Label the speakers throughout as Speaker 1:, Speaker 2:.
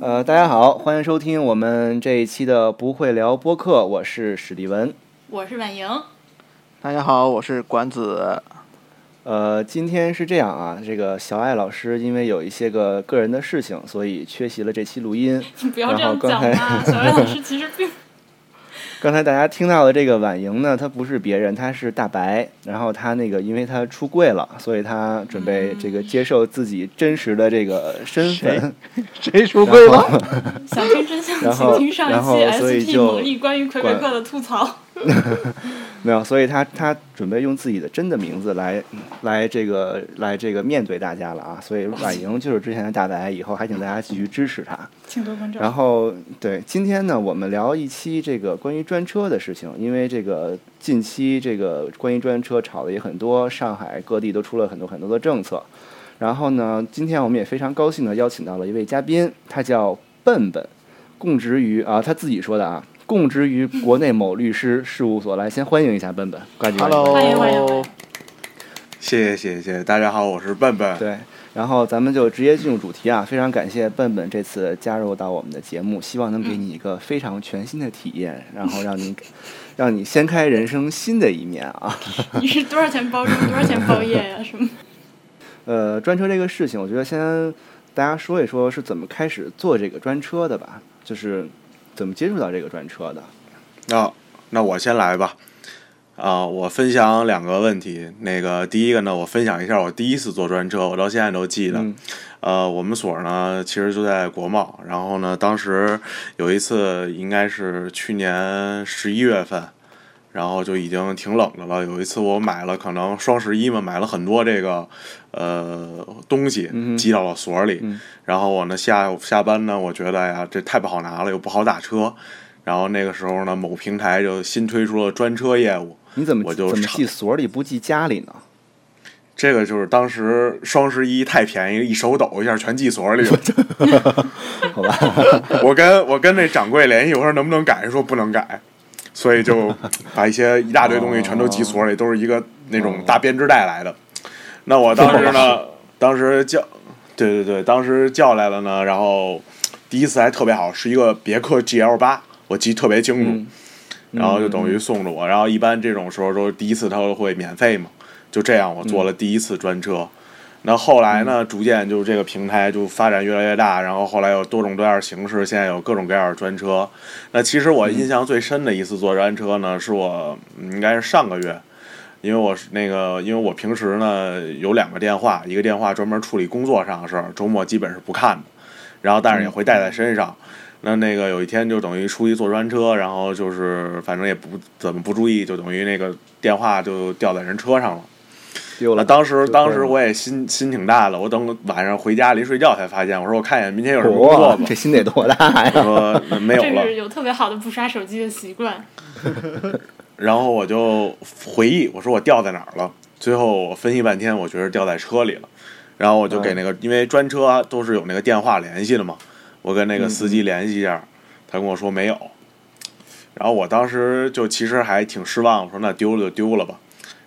Speaker 1: 呃，大家好，欢迎收听我们这一期的不会聊播客，我是史蒂文。
Speaker 2: 我是婉莹，
Speaker 3: 大家好，我是管子。
Speaker 1: 呃，今天是这样啊，这个小爱老师因为有一些个个人的事情，所以缺席了这期录音。
Speaker 2: 你不要
Speaker 1: 然
Speaker 2: 这
Speaker 1: 后
Speaker 2: 样
Speaker 1: 刚
Speaker 2: 讲
Speaker 1: 才
Speaker 2: 嘛。小艾老师其实并
Speaker 1: 刚才大家听到的这个婉莹呢，她不是别人，她是大白。然后她那个，因为她出柜了，所以她准备这个接受自己真实的这个身份。
Speaker 3: 谁出柜
Speaker 1: 然
Speaker 3: 了？
Speaker 2: 想听真相，
Speaker 1: 然后
Speaker 2: 请听上
Speaker 1: 然
Speaker 2: 一期
Speaker 1: 后所以
Speaker 2: SP
Speaker 1: 就
Speaker 2: 魔力关于魁北克的吐槽。
Speaker 1: 没有，所以她她准备用自己的真的名字来来这个来这个面对大家了啊。所以婉莹就是之前的大白，以后还请大家继续支持她。
Speaker 2: 请多关照。
Speaker 1: 然后对，今天呢，我们聊一期这个关于专车的事情，因为这个近期这个关于专车吵的也很多，上海各地都出了很多很多的政策。然后呢，今天我们也非常高兴的邀请到了一位嘉宾，他叫笨笨，供职于啊他自己说的啊，供职于国内某律师事务所。来，先欢迎一下笨笨，呱唧呱唧呱唧
Speaker 3: Hello 嗯
Speaker 2: 欢迎欢迎欢迎。
Speaker 4: 谢谢谢谢谢谢，大家好，我是笨笨。
Speaker 1: 对，然后咱们就直接进入主题啊！非常感谢笨笨这次加入到我们的节目，希望能
Speaker 4: 嗯
Speaker 1: 给你一个非常全新的体验，然后让你让你掀开人生新的一面啊！
Speaker 2: 你是多少钱包中，多少钱包夜呀？什么？
Speaker 1: 呃，专车这个事情，我觉得先大家说一说是怎么开始做这个专车的吧，就是怎么接触到这个专车的。
Speaker 4: 那那我先来吧。啊、我分享两个问题。那个第一个呢，我分享一下我第一次坐专车，我到现在都记得。
Speaker 1: 嗯
Speaker 4: 呃，我们所呢其实就在国贸，然后呢，当时有一次应该是去年十一月份，然后就已经挺冷的了。有一次我买了可能双十一嘛，买了很多这个呃东西
Speaker 1: 嗯哼
Speaker 4: 寄到了所里，
Speaker 1: 嗯
Speaker 4: 然后我呢下下班呢，我觉得呀这太不好拿了，又不好打车。然后那个时候呢，某平台就新推出了专车业务，
Speaker 1: 你怎么
Speaker 4: 我
Speaker 1: 怎
Speaker 4: 就
Speaker 1: 么
Speaker 4: 查
Speaker 1: 记所里不记家里呢？
Speaker 4: 这个就是当时双十一太便宜，一手抖一下全寄所里了。
Speaker 1: 好吧，
Speaker 4: 我跟我跟那掌柜联系，我说能不能改，说不能改，所以就把一些一大堆东西全都集所里，都是一个那种大编织袋来的。那我当时呢，
Speaker 1: 哦
Speaker 4: 当时叫，对对对，当时叫来了呢，然后第一次还特别好，是一个别克 GL 八，我记得特别清楚。
Speaker 1: 嗯
Speaker 4: 然后就等于送着我。然后一般这种时候都是第一次他都会免费嘛，就这样我坐了第一次专车。那后来呢，逐渐就是这个平台就发展越来越大，然后后来有多种多样的形式，现在有各种各样的专车。那其实我印象最深的一次坐专车呢，是我嗯应该是上个月。因为我是那个，因为我平时呢有两个电话，一个电话专门处理工作上的事儿，周末基本是不看的，然后但是也会带在身上。那那个有一天就等于出去坐专车，然后就是反正也不怎么不注意，就等于那个电话就掉在人车上了。
Speaker 1: 丢
Speaker 4: 那
Speaker 1: 了。
Speaker 4: 啊当
Speaker 1: 就
Speaker 4: 时当
Speaker 1: 会
Speaker 4: 时
Speaker 1: 了
Speaker 4: 我也心心挺大的，我等晚上回家临睡觉才发现，我说我看一眼明天有什么工
Speaker 1: 哇
Speaker 4: 作 吧，
Speaker 1: 这心得多 大呀！
Speaker 4: 我说嗯没有
Speaker 2: 这
Speaker 4: 了
Speaker 2: 是。有特别好的不刷手机的习惯。
Speaker 4: 然后我就回忆，我说我掉在哪儿了？最后我分析半天，我觉得掉在车里了。然后我就给那个，因为专车啊都是有那个电话联系的嘛，我跟那个司机联系一下，他跟我说没有。然后我当时就其实还挺失望，我说那丢了就丢了吧。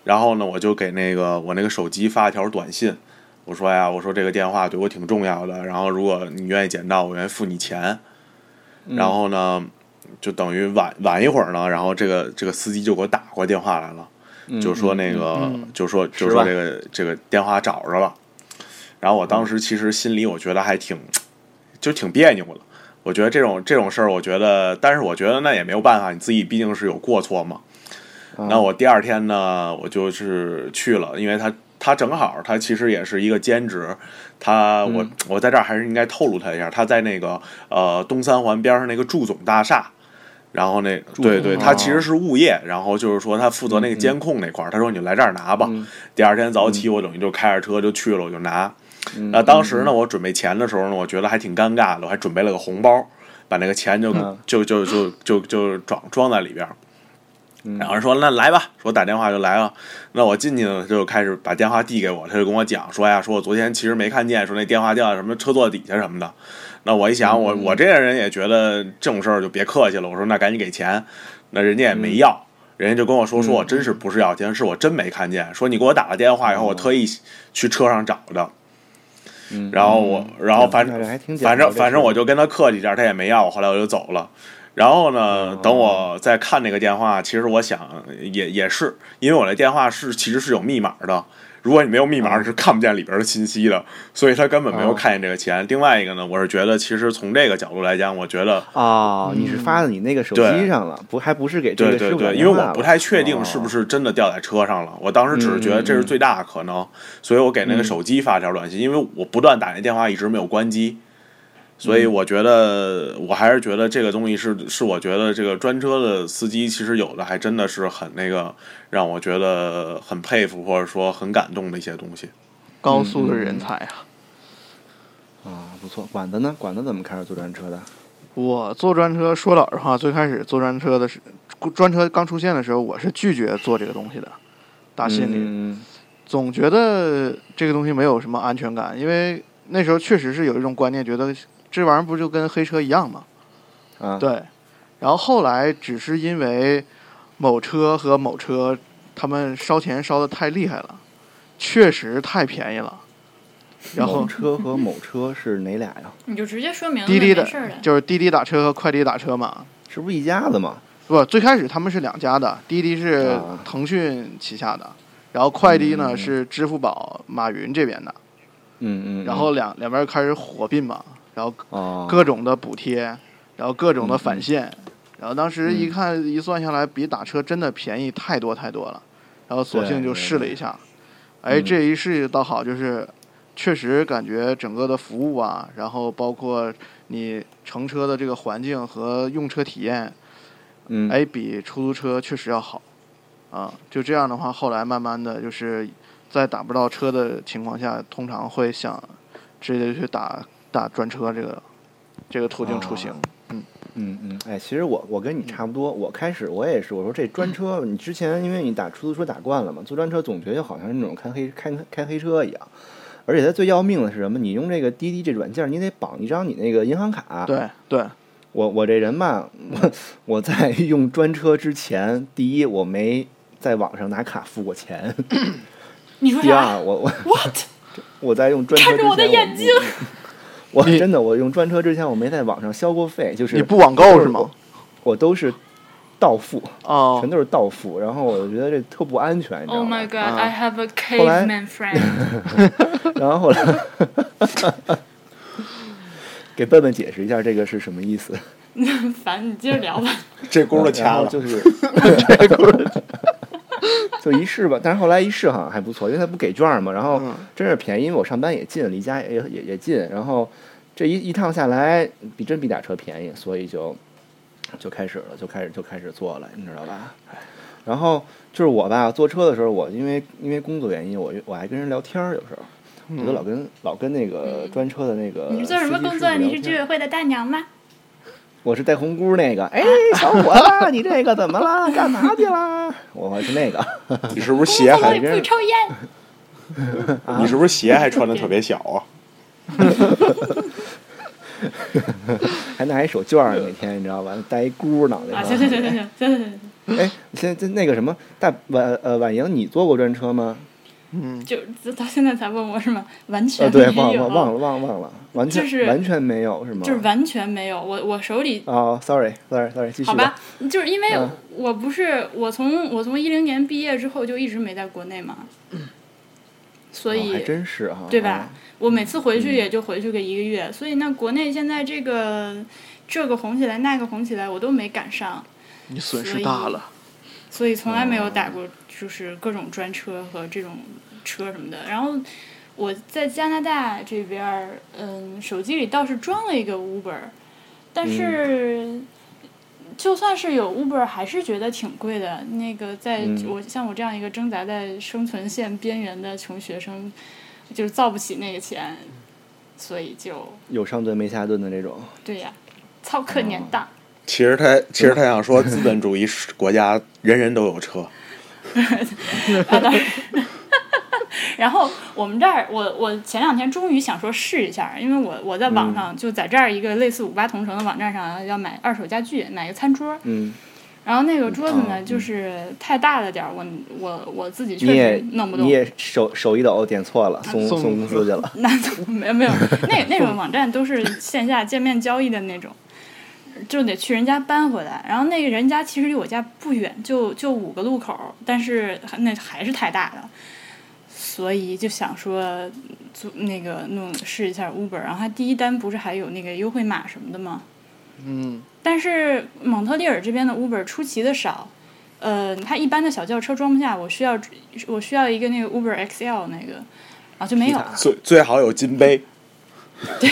Speaker 4: 然后呢，我就给那个我那个手机发一条短信，我说呀，我说这个电话对我挺重要的，然后如果你愿意捡到，我愿意付你钱。然后呢，就等于晚晚一会儿呢，然后这个这个司机就给我打过电话来了，就说那个、就说
Speaker 1: 嗯
Speaker 4: 就说
Speaker 1: 是吧
Speaker 4: 这个这个电话找着了。然后我当时其实心里我觉得还挺就挺别扭的。我觉得这种这种事儿，我觉得，但是我觉得那也没有办法，你自己毕竟是有过错嘛。那我第二天呢，我就是去了，因为他他正好他其实也是一个兼职，他我、我在这儿还是应该透露他一下，他在那个呃东三环边上那个祝总大厦。然后那对对，他其实是物业，然后就是说他负责那个监控那块儿。他说你来这儿拿吧。第二天早起，我等于就开着车就去了，我就拿。那当时呢，我准备钱的时候呢，我觉得还挺尴尬的，我还准备了个红包，把那个钱就
Speaker 1: 嗯
Speaker 4: 就就就就就装装在里边儿。然后说那来吧，说打电话就来了。那我进去呢，就开始把电话递给我，他就跟我讲说呀，说我昨天其实没看见，说那电话掉在什么车座底下什么的。那我一想，我我这个人也觉得这种事儿就别客气了，我说那赶紧给钱，那人家也没要，人家就跟我说说我真是不是要钱，是我真没看见，说你给我打了电话以后，我特意去车上找的。
Speaker 1: 嗯
Speaker 4: 然后我，然后反
Speaker 1: 那还
Speaker 4: 正
Speaker 1: 挺讲
Speaker 4: 反
Speaker 1: 究
Speaker 4: 正
Speaker 1: 这
Speaker 4: 反正
Speaker 1: 事儿
Speaker 4: 我就跟他客气一下，他也没要我，后来我就走了。然后呢，
Speaker 1: 哦
Speaker 4: 等我再看那个电话，其实我想也也是，因为我那电话是其实是有密码的，如果你没有密码是看不见里边的信息的，所以他根本没有
Speaker 1: 哦
Speaker 4: 看见这个钱。另外一个呢，我是觉得其实从这个角度来讲，我觉得
Speaker 1: 哦，你是发到你那个手
Speaker 4: 嗯对
Speaker 1: 机上了，不还不是给这
Speaker 4: 对
Speaker 1: 个
Speaker 4: 对
Speaker 1: 事务打
Speaker 4: 对，因
Speaker 1: 电
Speaker 4: 为
Speaker 1: 话哦
Speaker 4: 我不
Speaker 1: 了
Speaker 4: 太确定是不是真的掉在车上了，我当时只是觉得
Speaker 1: 嗯
Speaker 4: 这是最大的可能，所以我给那个手机发条短信，因为我不断打那电话一直没有关机，所以
Speaker 1: 嗯
Speaker 4: 我觉得我还是觉得这个东西是是我觉得这个专车的司机其实有的还真的是很那个让我觉得很佩服或者说很感动的一些东西。
Speaker 3: 高速的人才啊！
Speaker 1: 啊，不错。管子呢？管子怎么开始坐专车的？
Speaker 3: 我坐专车，说老实话，最开始坐专车的时，专车刚出现的时候，我是拒绝坐这个东西的，打心里、
Speaker 1: 嗯
Speaker 3: 总觉得这个东西没有什么安全感，因为那时候确实是有一种观念，觉得这玩意儿不就跟黑车一样吗？
Speaker 1: 啊，
Speaker 3: 对，然后后来只是因为某车和某车他们烧钱烧的太厉害了，确实太便宜了，然
Speaker 1: 某
Speaker 3: 后
Speaker 1: 车和某车是哪俩呀？
Speaker 2: 你就直接说明白
Speaker 3: 滴滴
Speaker 2: 没
Speaker 3: 的
Speaker 2: 事儿了。
Speaker 3: 就是滴滴打车和快滴打车嘛，
Speaker 1: 是不是一家子嘛？
Speaker 3: 不，最开始他们是两家的，滴滴是
Speaker 1: 啊
Speaker 3: 腾讯旗下的，然后快滴呢
Speaker 1: 嗯
Speaker 3: 是支付宝马云这边的，
Speaker 1: 嗯嗯。
Speaker 3: 然后两两边开始火并嘛，然后
Speaker 1: 哦，
Speaker 3: 各种的补贴，然后各种的返现，然后当时一
Speaker 1: 嗯
Speaker 3: 看一算下来，比打车真的便宜太多太多了，然后索
Speaker 1: 对
Speaker 3: 性就
Speaker 1: 对
Speaker 3: 试了
Speaker 1: 对
Speaker 3: 一下，哎，
Speaker 1: 嗯
Speaker 3: 这一试倒好，就是确实感觉整个的服务啊，然后包括你乘车的这个环境和用车体验，
Speaker 1: 嗯，
Speaker 3: 哎，比出租车确实要好，啊，就这样的话，后来慢慢的就是在打不到车的情况下，通常会想直接去打打专车这个这个途径出行。
Speaker 1: 哦嗯嗯，哎，其实我我跟你差不多，我开始我也是，我说这专车，你之前因为你打出租车打惯了嘛，坐专车总觉得好像是那种开黑开开黑车一样，而且它最要命的是什么？你用这个滴滴这软件，你得绑一张你那个银行卡。，
Speaker 3: 对对，
Speaker 1: 我我这人吧，我我在 用专车之前，第一我没在网上拿卡付过钱，
Speaker 2: 你说
Speaker 1: 第
Speaker 2: 啥
Speaker 1: 二我我
Speaker 2: ？What？
Speaker 1: 我在用专车
Speaker 2: 看
Speaker 1: 之
Speaker 2: 着
Speaker 1: 前，
Speaker 2: 我的眼睛
Speaker 1: 我
Speaker 3: 你
Speaker 1: 真的我用专车之前我没在网上消过费，就是
Speaker 3: 你不网购是吗？
Speaker 1: 我都是到付。
Speaker 3: 哦
Speaker 1: 全，都是到付，然后我就觉得这特不安全，你知道
Speaker 2: Oh
Speaker 1: 吗
Speaker 2: my god! I have a
Speaker 1: 啊来
Speaker 2: caveman friend.
Speaker 1: 然后后来， 给笨笨解释一下这个是什么意思。
Speaker 2: 烦，你接着聊吧。
Speaker 4: 这轱辘
Speaker 1: 然
Speaker 4: 掐
Speaker 1: 后
Speaker 4: 了，
Speaker 1: 就是， 就一试吧，但是后来一试好像还不错，因为他不给券嘛，然后
Speaker 3: 嗯
Speaker 1: 真是便宜，因为我上班也近，离家也也也近，然后这一一趟下来比真比打车便宜，所以就就开始了，就开始就开始做了，你知道吧？哎然后就是我吧，坐车的时候，我因为因为工作原因，我我还跟人聊天儿，有时候我就老跟、老跟那个专车的那个
Speaker 2: 嗯你是做什么
Speaker 1: 呃司机
Speaker 2: 工
Speaker 1: 师
Speaker 2: 作？
Speaker 1: 傅
Speaker 2: 你
Speaker 1: 聊
Speaker 2: 是
Speaker 1: 天
Speaker 2: 居委会的大娘吗？
Speaker 1: 我是带红箍那个， 哎，小伙子，你这个怎么了？干嘛去了？我是那个，
Speaker 4: 你是不是鞋
Speaker 2: 我
Speaker 4: 还
Speaker 2: 也不抽烟。啊
Speaker 4: 你是不是鞋还穿的特别小啊？
Speaker 1: 还拿一手绢儿，每天你知道吧？带一箍脑袋上。
Speaker 2: 啊，行行行行行行行行，
Speaker 1: 哎，现在这那个什么，大婉呃婉莹，你坐过专车吗？
Speaker 3: 嗯，
Speaker 2: 就到现在才问我是吗？完
Speaker 1: 呃，
Speaker 2: 全没
Speaker 1: 对，
Speaker 2: 有，
Speaker 1: 忘忘忘了忘了忘了，完全、
Speaker 2: 就是
Speaker 1: 完全没有是吗？
Speaker 2: 就是完全没有。我我手里
Speaker 1: 哦，sorry sorry sorry，继续
Speaker 2: 好吧，，就是因为
Speaker 1: 嗯
Speaker 2: 我不是我从我从一零年毕业之后就一直没在国内嘛，所
Speaker 1: 哦还
Speaker 2: 以
Speaker 1: 真是嗯哈、嗯
Speaker 2: 对吧？我每次回去也就回去个一个月，所以那国内现在这个这个红起来那个红起来我都没赶上，
Speaker 3: 你损
Speaker 2: 所
Speaker 3: 失
Speaker 2: 以
Speaker 3: 大了。
Speaker 2: 所以从来没有打过就是各种专车和这种车什么的。然后我在加拿大这边儿，嗯，手机里倒是装了一个 Uber，但是。就算是有 Uber，还是觉得挺贵的。那个在
Speaker 1: 嗯
Speaker 2: 我、像我这样一个挣扎在生存线边缘的穷学生，就是造不起那个钱，所以就
Speaker 1: 有上顿没下顿的那种。
Speaker 2: 对呀、操课年档。
Speaker 4: 其实他其实他想说，资本主义国家人人都有车。
Speaker 2: 然后我们这儿，我我前两天终于想说试一下，因为我我在
Speaker 1: 嗯
Speaker 2: 啊网上就在这儿一个类似五八同城的网站上要买二手家具，买个餐桌，
Speaker 1: 嗯
Speaker 2: 然后那个桌子呢，
Speaker 1: 嗯
Speaker 2: 就是太大了点儿，我我我自己确
Speaker 1: 你也
Speaker 2: 实弄不动啊
Speaker 1: 你。也手手一抖点错了，送
Speaker 3: 送
Speaker 1: 送公司去了。
Speaker 2: 那种没有没有，那那种网站都是线下见面交易的那种，就得去人家搬回来。然后那个人家其实离我家不远，就就五个路口，但是还那还是太大了，所以就想说租那个弄试一下 Uber。然后它第一单不是还有那个优惠码什么的吗？
Speaker 3: 嗯，
Speaker 2: 但是蒙特利尔这边的 Uber 出奇的少，呃，它一般的小轿车装不下，我需要我需要一个那个 Uber XL 那个，然后就没有了。
Speaker 4: 最最好有金杯，
Speaker 2: 金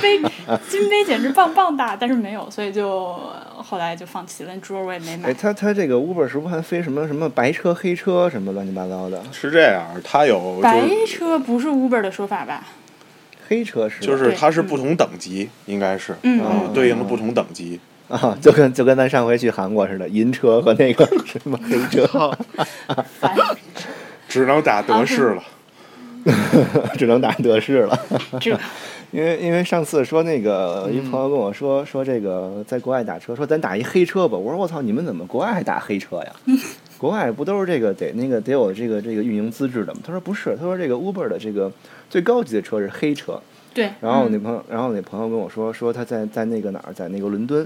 Speaker 2: 杯， 金杯简直棒棒哒，但是没有，所以就呃后来就放弃了。那桌我也没
Speaker 1: 哎，
Speaker 2: 买。
Speaker 1: 他他这个 Uber 是不是还飞什么什么白车、黑车什么乱七八糟的？
Speaker 4: 是这样，它有
Speaker 2: 白
Speaker 4: 就
Speaker 2: 车不是 Uber 的说法吧？
Speaker 1: 黑车是吧
Speaker 4: 就是
Speaker 2: 对
Speaker 4: 它是不同等级，应该是
Speaker 2: 嗯
Speaker 4: 嗯
Speaker 1: 嗯
Speaker 4: 对应的不同等级。
Speaker 1: 啊，就跟就跟咱上回去韩国似的，银车和那 个什么黑车，
Speaker 2: 反正
Speaker 4: 只能
Speaker 2: 啊
Speaker 4: 打德式了。
Speaker 1: 只能打德式了。
Speaker 2: 这
Speaker 1: 因为因为上次说那个一朋友跟我说说这个在国外打车，说咱打一黑车吧。我说我操，你们怎么国外还打黑 车呀？国外不都是这个得那个得有这个这个运营资质的吗？他说不是，他说这个 Uber 的这个最高级的车是黑车。
Speaker 2: 对，
Speaker 1: 然后我那
Speaker 2: 嗯
Speaker 1: 朋友，然后我那朋友跟我说，说他在在那个哪儿，在那个伦敦，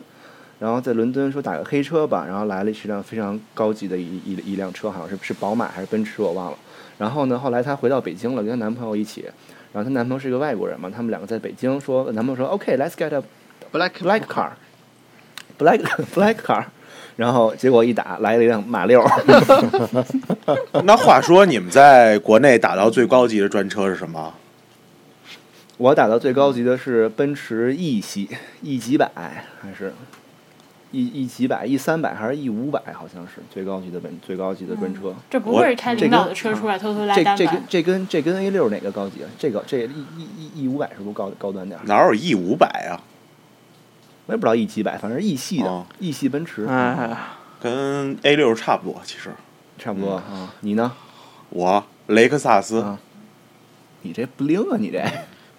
Speaker 1: 然后在伦敦说打个黑车吧，然后来了是一辆非常高级的一一一辆车，好像是是宝马还是奔驰，我忘了。然后呢，后来她回到北京了，跟她男朋友一起，然后她男朋友是一个外国人嘛，他们两个在北京说，男朋友说 OK，let's、get a
Speaker 3: black
Speaker 1: black car，black black car，然后结果一打来了一辆马六，
Speaker 4: 那话说，你们在国内打到最高级的专车是什么？
Speaker 1: 我打到最高级的是奔驰 E 系 E 几百还是 E E 几百 E 三百还是 E 五百？好像是最高级的奔最高级的奔车。
Speaker 2: 这不会是开
Speaker 1: 这
Speaker 2: 领
Speaker 1: 跟
Speaker 2: 导的车出来偷嗯偷拉
Speaker 1: 这
Speaker 2: 单
Speaker 1: 这跟
Speaker 2: 吧？
Speaker 1: 这跟这跟 A 六哪个高级啊？这个这 E E E E 五百是不是高高端点儿？
Speaker 4: 哪有 E 五百啊？
Speaker 1: 我也不知道 E 几百，反正 E 系的
Speaker 4: 哦
Speaker 1: E 系奔驰，
Speaker 3: 哎呀，
Speaker 4: 跟 A 六差不多，其实。
Speaker 1: 差不多啊。你呢？
Speaker 4: 我雷克萨斯，
Speaker 1: 啊你这不灵啊！你这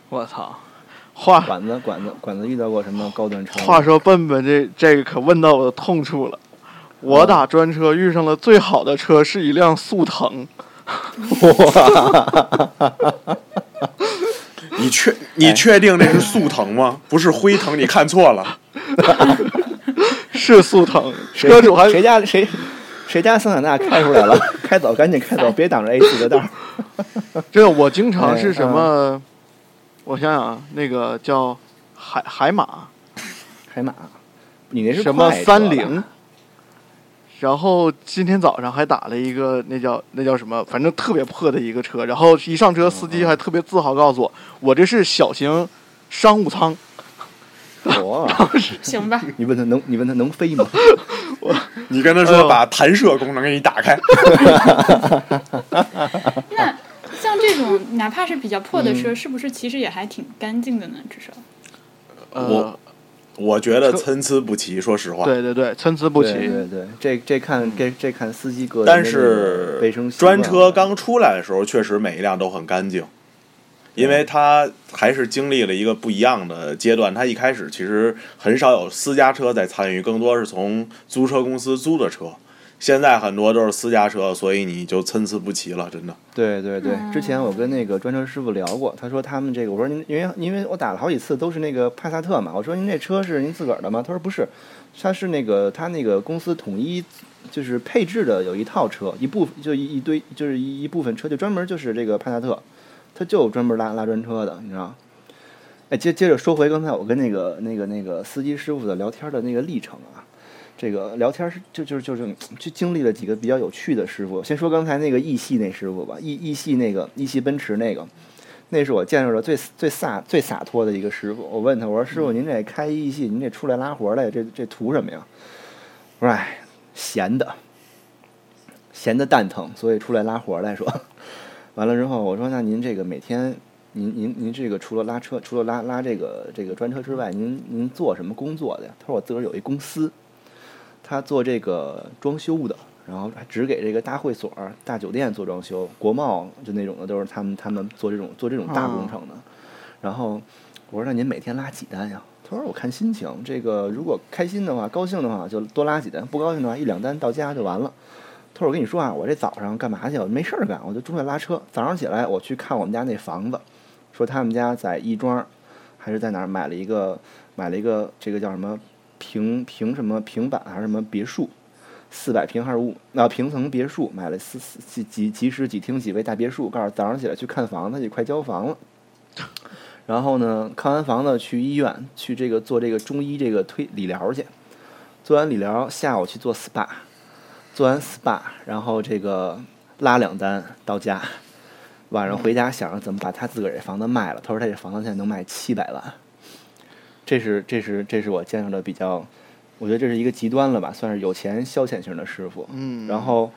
Speaker 3: 我操！话
Speaker 1: 管子管子管子遇到过什么高端车吗？
Speaker 3: 话说笨笨这这个可问到我的痛处了。我打专车遇上了最好的车是一辆速腾，
Speaker 4: 你
Speaker 3: 哎
Speaker 4: 确你确定那是速腾吗？不是辉腾，你看错了。
Speaker 3: 是速腾，
Speaker 1: 谁
Speaker 3: 车主还
Speaker 1: 谁家谁谁家桑塔 纳开出来了？开走，赶紧开走，别挡着 A 四的道儿。
Speaker 3: 这我经常
Speaker 1: 哎
Speaker 3: 是什
Speaker 1: 嗯
Speaker 3: 么？我想想啊，那个叫海海马
Speaker 1: 海马，你那是
Speaker 3: 什么
Speaker 1: 快车吧
Speaker 3: 三菱，然后今天早上还打了一个那叫那叫什么，反正特别破的一个车，然后一上车司
Speaker 1: 嗯
Speaker 3: 机还特别自豪告诉我，我这是小型商务舱，
Speaker 1: 哦，
Speaker 2: 行 吧，
Speaker 1: 你问他能，你问他能飞吗？
Speaker 4: 你跟他
Speaker 3: 哎
Speaker 4: 说
Speaker 3: 呦
Speaker 4: 把弹射功能给你打开，
Speaker 2: 那像这种哪怕是比较破的车，是不是其实也还挺干净的呢？至少
Speaker 3: 呃
Speaker 4: 我，我觉得参差不齐。说 实话，
Speaker 3: 对对对，参差不
Speaker 1: 对
Speaker 3: 齐，
Speaker 1: 对对，这这看这这看司机哥的那
Speaker 4: 但
Speaker 1: 个
Speaker 4: 是
Speaker 1: 卫生习惯
Speaker 4: 专车刚出来的时候，确实每一辆都很干净，因为它还是经历了一个不一样的阶段。它一开始其实很少有私家车在参与，更多是从租车公司租的车。现在很多都是私家车，所以你就参差不齐了，真的。
Speaker 1: 对对对，
Speaker 2: 嗯
Speaker 1: 之前我跟那个专车师傅聊过，他说他们这个，我说您因为因为我打了好几次都是那个帕萨特嘛，我说您这车是您自个儿的吗？他说不是，他是那个他那个公司统一就是配置的有一套车，一部就一一堆就是一一部分车就专门就是这个帕萨特，他就专门拉拉专车的，你知道？哎，接接着说回刚才我跟那个那个那个司机师傅的聊天的那个历程啊，这个聊天是就就是就是就经历了几个比较有趣的师傅。先说刚才那个义系那师傅吧，义义系那个义系奔驰那个，那是我见着的最最洒最洒脱的一个师傅。我问他，我说师傅您这开义系，您这出来拉活儿来，这这图什么呀？我说哎，闲的，闲的蛋疼，所以出来拉活儿来说。完了之后，我说那您这个每天。您您您这个除了拉车，除了拉拉这个这个专车之外，您您做什么工作的呀？他说我自个儿有一公司，他做这个装修的，然后还只给这个大会所、大酒店做装修，国贸就那种的都是他们他们做这种做这种大工程的。然后我说那您每天拉几单呀？他他说我看心情，这个如果开心的话，高兴的话就多拉几单，不高兴的话一两单到家就完了。他说我跟你说啊，我这早上干嘛去？我没事儿干，我就中午拉车。早上起来我去看我们家那房子，说他们家在亦庄，还是在哪儿买了一个买了一个这个叫什么平平什么平板还是什么别墅，四百平还是五啊平层别墅，买了四四几几几室几厅几卫大别墅。告诉早上起来去看房子去，快交房了。然后呢，看完房子去医院去这个做这个中医这个推理疗去，做完理疗下午去做 SPA，做完 SPA 然后这个拉两单到家，晚上回家想着怎么把他自个儿这房子卖了。他说他这房子现在能卖七百万，这是这是这是我见到的比较，我觉得这是一个极端了吧，算是有钱消遣型的师傅。
Speaker 3: 嗯，
Speaker 1: 然后，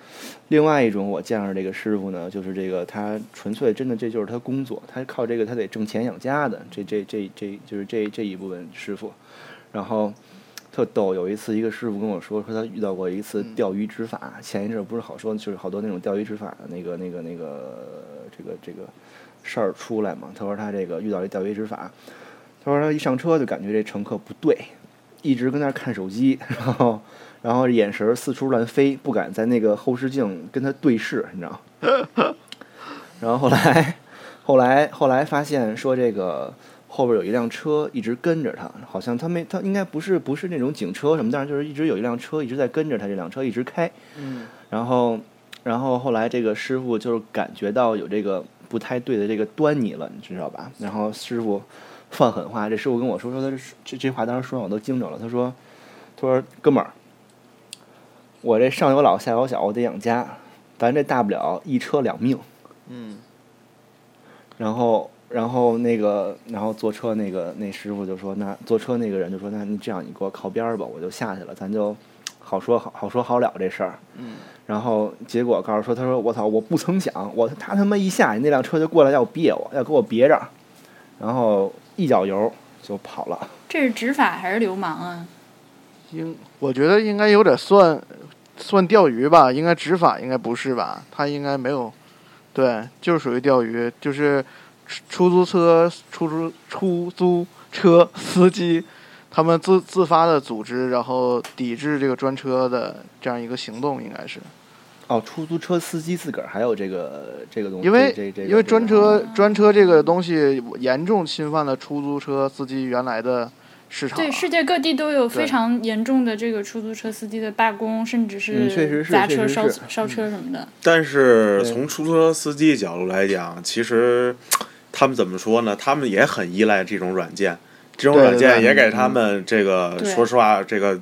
Speaker 1: 另外一种我见着这个师傅呢，就是这个他纯粹真的这就是他工作，他靠这个他得挣钱养家的，这这这这就是这这一部分师傅。然后特逗，有一次一个师傅跟我说，说他遇到过一次
Speaker 3: 嗯
Speaker 1: 钓鱼执法，前一阵儿不是好说，就是好多那种钓鱼执法的那个那个那个这个这个事儿出来嘛。他说他这个遇到一钓鱼执法，他说他一上车就感觉这乘客不对，一直跟那儿看手机， 然后。然后眼神儿四处乱飞，不敢在那个后视镜跟他对视，你知道吗？ 然后后来，后来，后来发现说这个后边有一辆车一直跟着他，好像他没他应该不是不是那种警车什么，但是就是一直有一辆车一直在跟着他，这辆车一直开，
Speaker 3: 嗯
Speaker 1: 然后，然后后来这个师傅就是感觉到有这个不太对的这个端倪了，你知道吧？然后师傅放狠话，这师傅跟我说说他是这这话当时说完我都惊着了。他说，他说哥们儿，我这上有老下有小，我得养家，咱这大不了一车两命。
Speaker 3: 嗯
Speaker 1: 然后，然后那个，然后坐车那个那师傅就说，那坐车那个人就说，那你这样你给我靠边儿吧，我就下去了，咱就好说好好说好了这事儿。
Speaker 3: 嗯，
Speaker 1: 然后结果告诉说，他说我操，我不曾想，我他他妈一下去那辆车就过来要别我，要给我别这儿，然后一脚油就跑了。
Speaker 2: 这是执法还是流氓啊？
Speaker 3: 应我觉得应该有点算算钓鱼吧，应该执法应该不是吧？他应该没有，对，就是属于钓鱼，就是出出租车、出租出租车司机他们自自发的组织，然后抵制这个专车的这样一个行动，应该是
Speaker 1: 哦，出租车司机自个儿还有这个这个东西，
Speaker 3: 因为
Speaker 1: 这这这个
Speaker 3: 因为专车
Speaker 2: 啊
Speaker 3: 专车这个东西严重侵犯了出租车司机原来的市场啊，
Speaker 2: 对，世界各地都有非
Speaker 3: 对
Speaker 2: 常严重的这个出租车司机的罢工，甚至
Speaker 1: 嗯确实
Speaker 2: 是
Speaker 1: 是
Speaker 2: 砸
Speaker 1: 确
Speaker 2: 车、
Speaker 1: 实
Speaker 2: 烧
Speaker 1: 是
Speaker 2: 烧车什么的。
Speaker 4: 但是
Speaker 1: 对
Speaker 4: 从出租车司机角度来讲，其实他们怎么说呢？他们也很依赖这种软件，这种
Speaker 3: 对
Speaker 4: 软件
Speaker 3: 对
Speaker 4: 也给他们这个
Speaker 2: 对
Speaker 4: 说实话，这个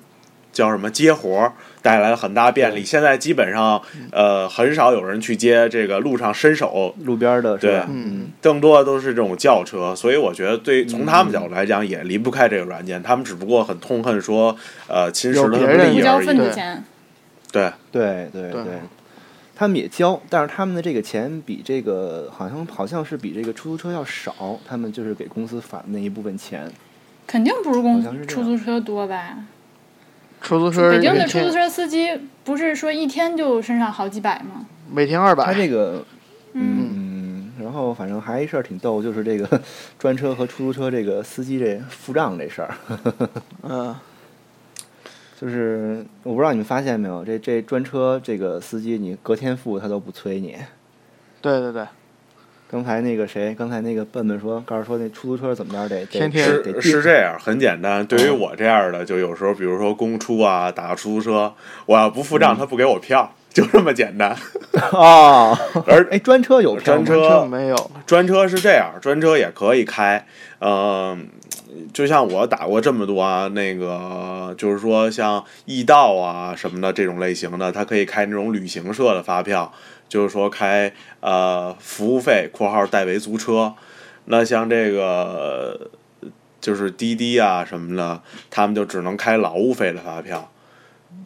Speaker 4: 叫什么接活儿带来了很大便利。现在基本上
Speaker 3: 嗯
Speaker 4: 呃很少有人去接这个路上伸手。
Speaker 1: 路边儿的是吧？
Speaker 4: 对
Speaker 3: 嗯，
Speaker 4: 更多的都是这种轿车，所以我觉得对从他们角度来讲也离不开这个软件，他们只不过很痛恨说，呃，侵蚀
Speaker 3: 有
Speaker 4: 了
Speaker 3: 别
Speaker 4: 他们
Speaker 3: 人
Speaker 1: 嗯
Speaker 4: 利
Speaker 2: 不
Speaker 4: 益
Speaker 2: 交
Speaker 4: 而
Speaker 2: 份
Speaker 4: 已。
Speaker 2: 子
Speaker 3: 对
Speaker 2: 钱，
Speaker 4: 对，
Speaker 1: 对对
Speaker 3: 对
Speaker 1: 他们也交，但是他们的这个钱比这个好像好像是比这个出租车要少，他们就是给公司返那一部分钱。
Speaker 2: 肯定不如公
Speaker 1: 好像是这
Speaker 2: 出
Speaker 1: 样
Speaker 2: 租车多吧？
Speaker 3: 出租车
Speaker 2: 北京的
Speaker 3: 每
Speaker 2: 出租
Speaker 3: 天
Speaker 2: 车司机不是说一天就身上好几百吗？
Speaker 3: 每天二
Speaker 4: 哎
Speaker 1: 他
Speaker 3: 百，
Speaker 1: 这个，嗯，然后反正还一事儿挺逗，就是这个 专车和出租车这个司机这付账这事儿，
Speaker 3: 嗯。
Speaker 1: 就是我不知道你们发现没有，这这专车这个司机，你隔天付他都不催你。
Speaker 3: 对对对，
Speaker 1: 刚才那个谁，刚才那个笨笨说，告诉说那出租车怎么着得得
Speaker 3: 天天
Speaker 1: 得
Speaker 4: 是
Speaker 1: 得
Speaker 4: 是
Speaker 1: 定
Speaker 4: 这样，很简单。对于我这样的，就有时候，比如说公出啊，打出租车，我要不付账，他不给我票，就这么简单。
Speaker 1: 哦，
Speaker 4: 而
Speaker 1: 哎，专车有票吗
Speaker 4: 专车
Speaker 3: 这没有，
Speaker 4: 专车是这样，专车也可以开，嗯、就像我打过这么多啊，那个就是说像易道啊什么的这种类型的，它可以开那种旅行社的发票，就是说开呃服务费（括号代为租车）。那像这个呃就是滴滴啊什么的，他们就只能开劳务费的发票。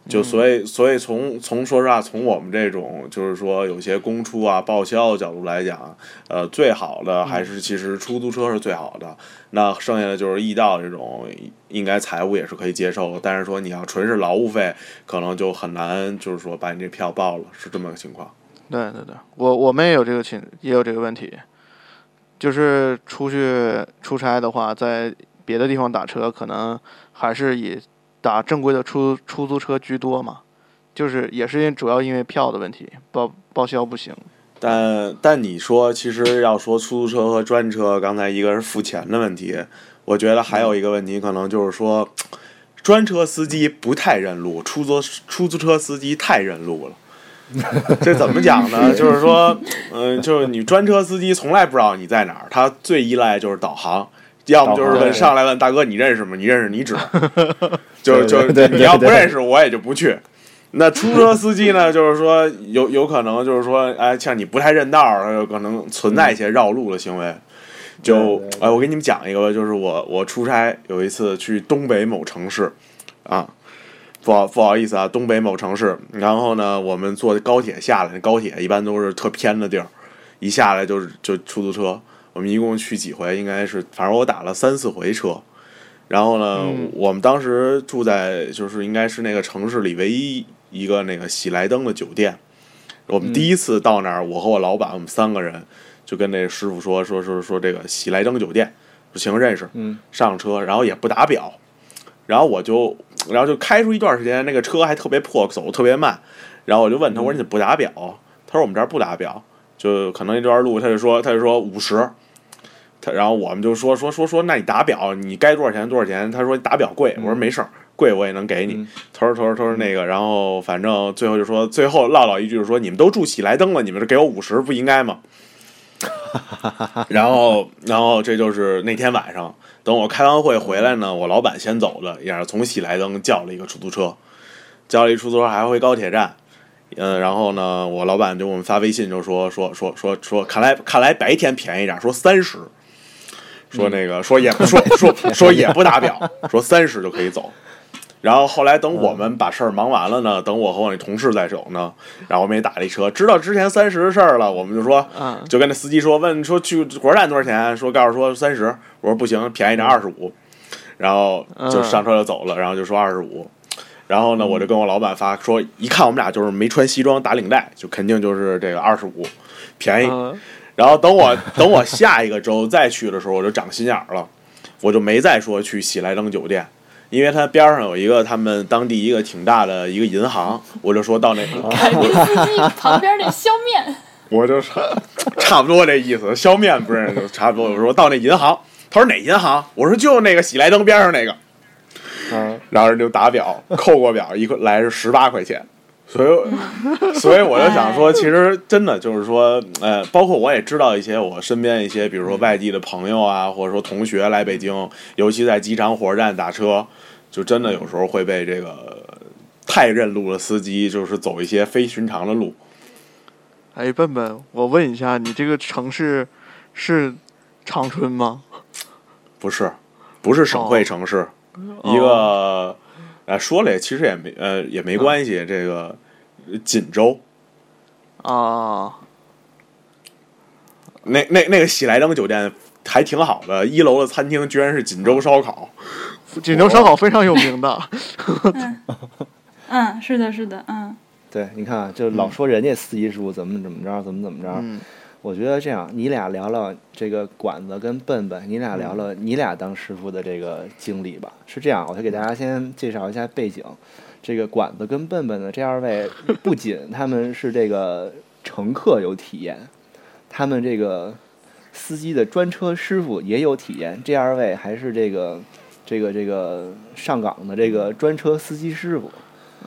Speaker 4: 就所以，所以从从说实话，从我们这种就是说有些公出啊、报销的角度来讲，呃，最好的还是其实出租车是最好的。那剩下的就是易道这种，应该财务也是可以接受的。但是说你要纯是劳务费，可能就很难，就是说把你这票报了，是这么个情况。
Speaker 3: 对对对，我我们也有这个情，也有这个问题，就是出去出差的话，在别的地方打车，可能还是以打正规的出出租车居多嘛。就是也是因为主要因为票的问题，报报销不行。
Speaker 4: 但但你说，其实要说出租车和专车，刚才一个是付钱的问题，我觉得还有一个问题，可能就是说，专车司机不太认路，出租出租车司机太认路了。这怎么讲呢？就是说，嗯、就是你专车司机从来不知道你在哪儿，他最依赖就是导航，要么就是
Speaker 1: 导航
Speaker 4: 问
Speaker 1: 对
Speaker 4: 上来问大哥你认识吗？你认识你指，就就
Speaker 1: 对对对
Speaker 4: 你要不认识我也就不去。那出租车司 机呢，就是说有有可能就是说，哎，像你不太认道儿，他有可能存在一些绕路的行为。就
Speaker 1: 对对
Speaker 4: 哎，我给你们讲一个吧，就是我我出差有一次去东北某城市，啊，不好不好意思啊，东北某城市。然后呢，我们坐高铁下来，高铁一般都是特偏的地儿，一下来就是就出租车。我们一共去几回？应该是，反正我打了三四回车。然后呢，
Speaker 1: 嗯
Speaker 4: 我们当时住在就是应该是那个城市里唯一一个那个喜来登的酒店。我
Speaker 1: 嗯
Speaker 4: 们第一次到那儿，我和我老板，我们三个人就跟那师傅说说说说这个喜来登酒店，说行认识，
Speaker 1: 嗯，
Speaker 4: 上车，然后也不打表，然后我就，然后就开出一段时间，那个车还特别破，走得特别慢，然后我就问他，
Speaker 1: 嗯
Speaker 4: 我说你不打表？他说我们这儿不打表，就可能一段路他就说他就说五十，他然后我们就说说说说那你打表你该多少钱多少钱？他说打表贵，我说没事儿，贵我也能给你
Speaker 1: 嗯。
Speaker 4: 他说他说他说那个，然后反正最后就说最后唠叨一句就说你们都住喜来登了，你们这给我五十不应该吗？然后，然后这就是那天晚上，等我开完会回来呢，我老板先走了，也是从喜来登叫了一个出租车，叫了一出租车还回高铁站，嗯，然后呢，我老板就给我们发微信就说说说说说，看来看来白天便宜点，说三十，说那个说也不说说说也不打表，说三十就可以走。然后后来等我
Speaker 3: 嗯
Speaker 4: 们把事儿忙完了呢，等我和我那同事在手呢，然后我们也打了一车，知道之前三十的事儿了，我们就说，
Speaker 3: 嗯，
Speaker 4: 就跟那司机说，问说去火车站多少钱？说告诉说三十，我说不行，便
Speaker 3: 嗯
Speaker 4: 宜点二十五，然后就上车就走了，然后就说二十五，然后呢，
Speaker 3: 嗯
Speaker 4: 我就跟我老板发说，一看我们俩就是没穿西装打领带，就肯定就是这个二十五，便宜。
Speaker 3: 嗯
Speaker 4: 然后等我 等我下一个周再去的时候，我就长心眼儿了，我就没再说去喜来登酒店，因为它边上有一个他们当地一个挺大的一个银行，我就说到那个。
Speaker 2: 凯宾斯基旁边那削面，
Speaker 4: 我就是 差不多这意思，削面不认识，差不多。我说到那银行，他说哪银行？我说就那个喜来登边上那个，
Speaker 1: 啊，
Speaker 4: 然后人就打表，扣过表，一块来是十八块钱。所以，所以我就想说，其实真的就是说，呃，包括我也知道一些我身边一些，比如说外地的朋友啊，或者说同学来北京，尤其在机场、火车站打车，就真的有时候会被这个太认路的司机，就是走一些非寻常的路。
Speaker 3: 哎，笨笨，我问一下，你这个城市是长春吗？
Speaker 4: 不是，不是省会
Speaker 3: 哦
Speaker 4: 城市，一个，呃，说了也其实也没呃也没关系，这个呃锦州
Speaker 3: 啊，
Speaker 4: 那那那个喜来登酒店还挺好的，一楼的餐厅居然是锦州烧烤，
Speaker 3: 锦州烧烤非常有名的。
Speaker 2: 嗯，是的，是的，嗯，
Speaker 1: 对，你看啊，就老说人家司机叔怎么怎么着，怎么怎么着。
Speaker 3: 嗯，
Speaker 1: 我觉得这样，你俩聊聊这个管子跟笨笨，你俩聊聊你俩当师傅的这个经历吧。是这样，我就给大家先介绍一下背景。这个管子跟笨笨呢，这二位 不仅他们是这个乘客有体验，他们这个司机的专车师傅也有体验。这二位还是这个这个这个上岗的这个专车司机师傅。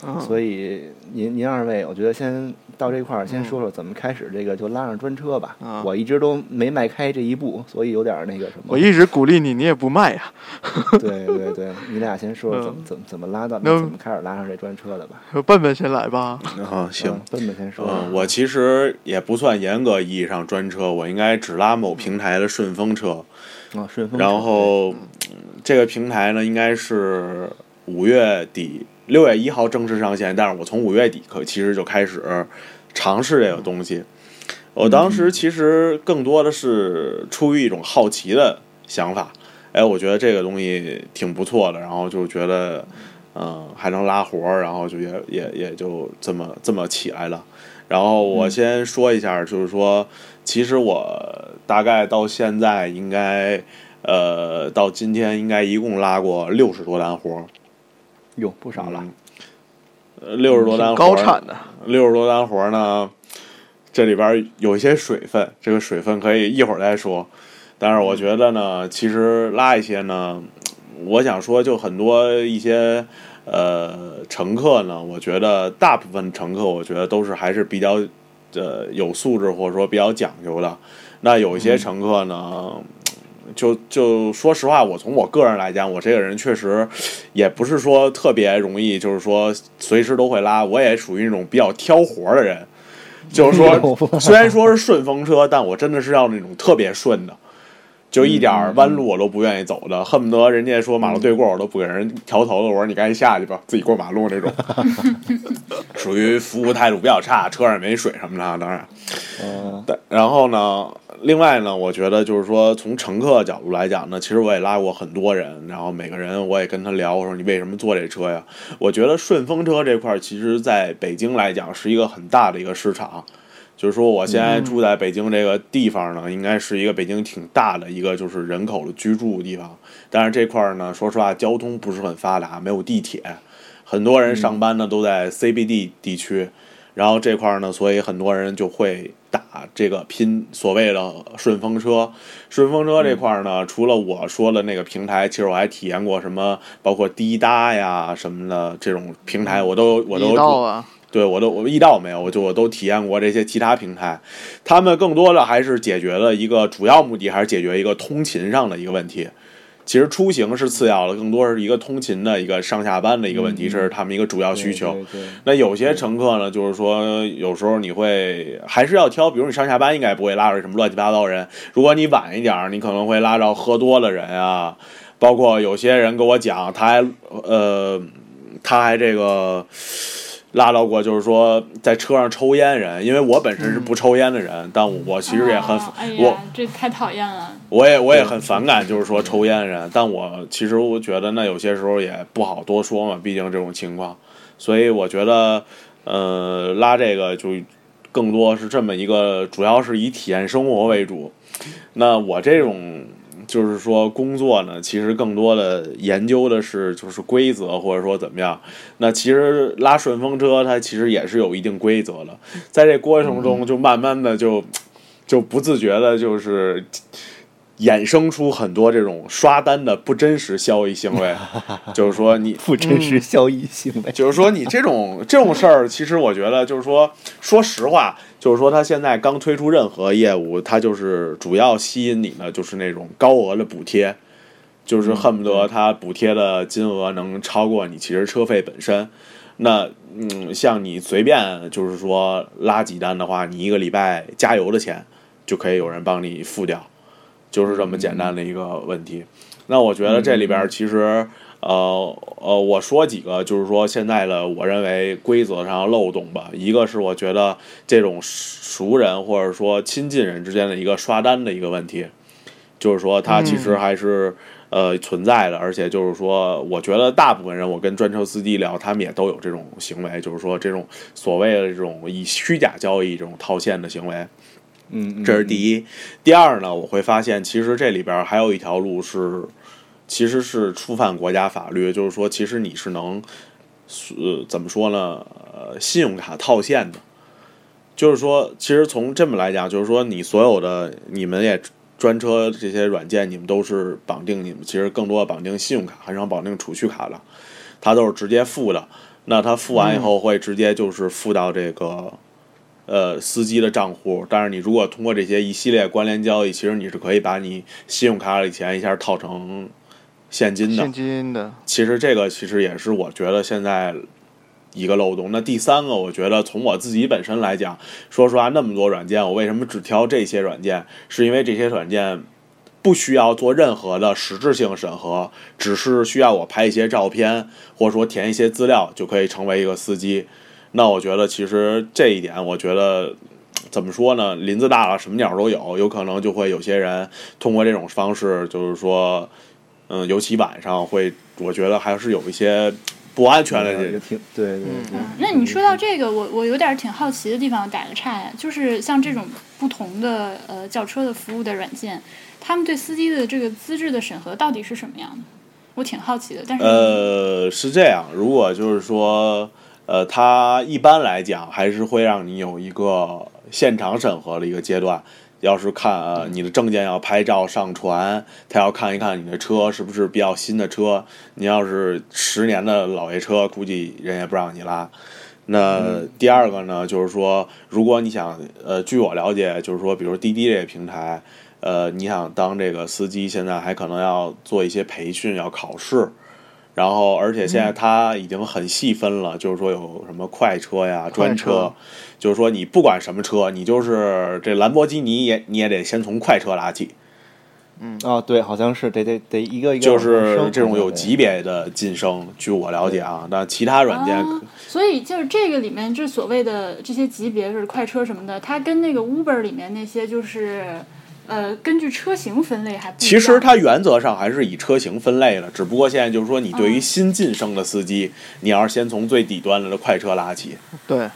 Speaker 3: 嗯
Speaker 1: 所以您您二位，我觉得先到这块儿，先说说怎么开始这个就拉上专车吧。
Speaker 3: 嗯啊
Speaker 1: 我一直都没迈开这一步，所以有点儿那个什么。
Speaker 3: 我一直鼓励你，你也不卖呀。
Speaker 1: 对对对，你俩先说说怎么怎么怎么拉到
Speaker 3: 嗯那
Speaker 1: 怎么开始拉上这专车的吧。
Speaker 3: 说笨笨先来吧。
Speaker 4: 啊，
Speaker 1: 嗯，笨笨先说。
Speaker 4: 嗯，我其实也不算严格意义上专车，我应该只拉某平台的顺风车。
Speaker 1: 啊，顺风车。
Speaker 4: 然后这个平台呢，应该是五月底六月一号正式上线，但是我从五月底可其实就开始尝试这个东西。我当时其实更多的是出于一种好奇的想法，哎，我觉得这个东西挺不错的，然后就觉得，嗯，还能拉活儿，然后就也也也就这么这么起来了。然后我先说一下，就是说，其实我大概到现在应该呃，到今天应该一共拉过六十多单活儿，嗯
Speaker 1: 哟，不少了。
Speaker 4: 呃，六十多
Speaker 3: 挺
Speaker 4: 单活
Speaker 3: 高
Speaker 4: 儿
Speaker 3: 产的，
Speaker 4: 六十多单活儿呢，这里边儿有一些水分，这个水分可以一会儿再说。但是我觉得呢，其实拉一些呢，我想说，就很多一些呃乘客呢，我觉得大部分乘客，我觉得都是还是比较呃有素质或者说比较讲究的。那有一些乘客呢，就就说实话，我从我个人来讲，我这个人确实也不是说特别容易，就是说随时都会拉。我也属于那种比较挑活儿的人，就是说虽然说是顺风车，但我真的是要那种特别顺的，就一点儿弯路我都不愿意走的，恨不得人家说马路对过我都不给人调头的，我说你赶紧下去吧，自己过马路那种，属于服务态度比较差，车上也没水什么的啊，当然。
Speaker 1: 嗯，
Speaker 4: 但然后呢，另外呢，我觉得就是说，从乘客角度来讲呢，其实我也拉过很多人，然后每个人我也跟他聊，我说你为什么坐这车呀？我觉得顺风车这块，儿，其实在北京来讲是一个很大的一个市场。就是说，我现在住在北京这个地方呢，应该是一个北京挺大的一个就是人口的居住地方。但是这块儿呢，说实话，交通不是很发达，没有地铁，很多人上班呢都在 CBD 地区。然后这块儿呢，所以很多人就会打这个拼所谓的顺风车。顺风车这块儿呢，除了我说的那个平台，其实我还体验过什么，包括滴答呀什么的这种平台，我都我都
Speaker 3: 一道啊，
Speaker 4: 对我都我易到没有，我就我都体验过这些其他平台，他们更多的还是解决了一个主要目的，还是解决一个通勤上的一个问题。其实出行是次要的，更多是一个通勤的一个上下班的一个问题，这是他们一个主要啊需求。
Speaker 1: 对对 对
Speaker 4: 那有些乘客呢，就是说有时候你会还是要挑，比如你上下班应该不会拉着什么乱七八糟人，如果你晚一点儿，你可能会拉着喝多的人啊，包括有些人跟我讲，他还呃他还这个呃拉到过，就是说在车上抽烟人，因为我本身是不抽烟的人，但我我其实也很、
Speaker 2: 哦哎
Speaker 4: 我
Speaker 2: 呀，这太讨厌了。
Speaker 4: 我也我也很反感，就是说抽烟人，但我其实我觉得那有些时候也不好多说嘛，毕竟这种情况，所以我觉得，呃，拉这个就更多是这么一个，主要是以体验生活为主。那我这种就是说工作呢，其实更多的研究的是就是规则或者说怎么样。那其实拉顺风车它其实也是有一定规则的，在这过程中就慢慢的就就不自觉的就是衍生出很多这种刷单的不真实交易行为， 就是说你
Speaker 1: 不真实交易行为。
Speaker 4: 就是说，你这种这种事儿，其实我觉得就是说，说实话，就是说，他现在刚推出任何业务，他就是主要吸引你的就是那种高额的补贴，就是恨不得他补贴的金额能超过你其实车费本身。那嗯，像你随便就是说拉几单的话，你一个礼拜加油的钱就可以有人帮你付掉，就是这么简单的一个问题。那我觉得这里边儿其实，呃呃，我说几个，就是说现在的我认为规则上的漏洞吧。一个是我觉得这种熟人或者说亲近人之间的一个刷单的一个问题，就是说它其实还是、呃存在的，而且就是说，我觉得大部分人我跟专车司机聊，他们也都有这种行为，就是说这种所谓的这种以虚假交易这种套现的行为。
Speaker 1: 嗯，嗯
Speaker 4: 这是第一。第二呢，我会发现其实这里边儿还有一条路是，其实是触犯国家法律，就是说，其实你是能，呃，怎么说呢？呃，信用卡套现的，就是说，其实从这么来讲，就是说，你所有的你们也。专车这些软件，你们都是绑定你们，其实更多的绑定信用卡，很少绑定储蓄卡了，它都是直接付的。那他付完以后会直接就是付到这个呃司机的账户，但是你如果通过这些一系列关联交易，其实你是可以把你信用卡里钱一下套成现金的
Speaker 3: 现。金的，
Speaker 4: 其实这个其实也是我觉得现在一个漏洞。那第三个，我觉得从我自己本身来讲，说实话，那么多软件，我为什么只挑这些软件？是因为这些软件不需要做任何的实质性审核，只是需要我拍一些照片，或者说填一些资料，就可以成为一个司机。那我觉得其实这一点，我觉得。怎么说呢？林子大了，什么鸟都有，有可能就会有些人通过这种方式，就是说，嗯，尤其晚上会，我觉得还是有一些不安全了，
Speaker 1: 也
Speaker 4: 这
Speaker 1: 挺
Speaker 2: 嗯
Speaker 1: 对对对。
Speaker 2: 那你说到这个，我我有点儿挺好奇的地方，打个岔呀，就是像这种不同的呃轿车的服务的软件，他们对司机的这个资质的审核到底是什么样的？我挺好奇的，但是
Speaker 4: 呃，是这样，如果就是说，呃，它一般来讲还是会让你有一个现场审核的一个阶段。要是看呃
Speaker 2: 嗯
Speaker 4: 你的证件要拍照上传，他要看一看你的车是不是比较新的车。你要是十年的老爷车，估计人也不让你拉。那第二个呢，就是说，如果你想呃，据我了解，就是说，比如滴滴这个平台，呃，你想当这个司机，现在还可能要做一些培训，要考试。然后，而且现在它已经很细分了，就是说有什么快车呀、专
Speaker 3: 车
Speaker 4: 就是说你不管什么车，你就是这兰博基尼也你也得先从快车拉起，
Speaker 2: 嗯
Speaker 1: 哦，对，好像是得得得一个一个
Speaker 4: 就
Speaker 1: 往上
Speaker 4: 是
Speaker 1: 升
Speaker 4: 这种有
Speaker 1: 对
Speaker 4: 级别的晋升。据我了解啊，那其他软件
Speaker 2: 啊，所以就是这个里面，这所谓的这些级别是快车什么的，它跟那个 Uber 里面那些就是呃根据车型分类还不一样
Speaker 4: 其实它原则上还是以车型分类了，只不过现在就是说，你对于新晋升的司机，你要是先从最底端的这快车拉起，
Speaker 3: 对，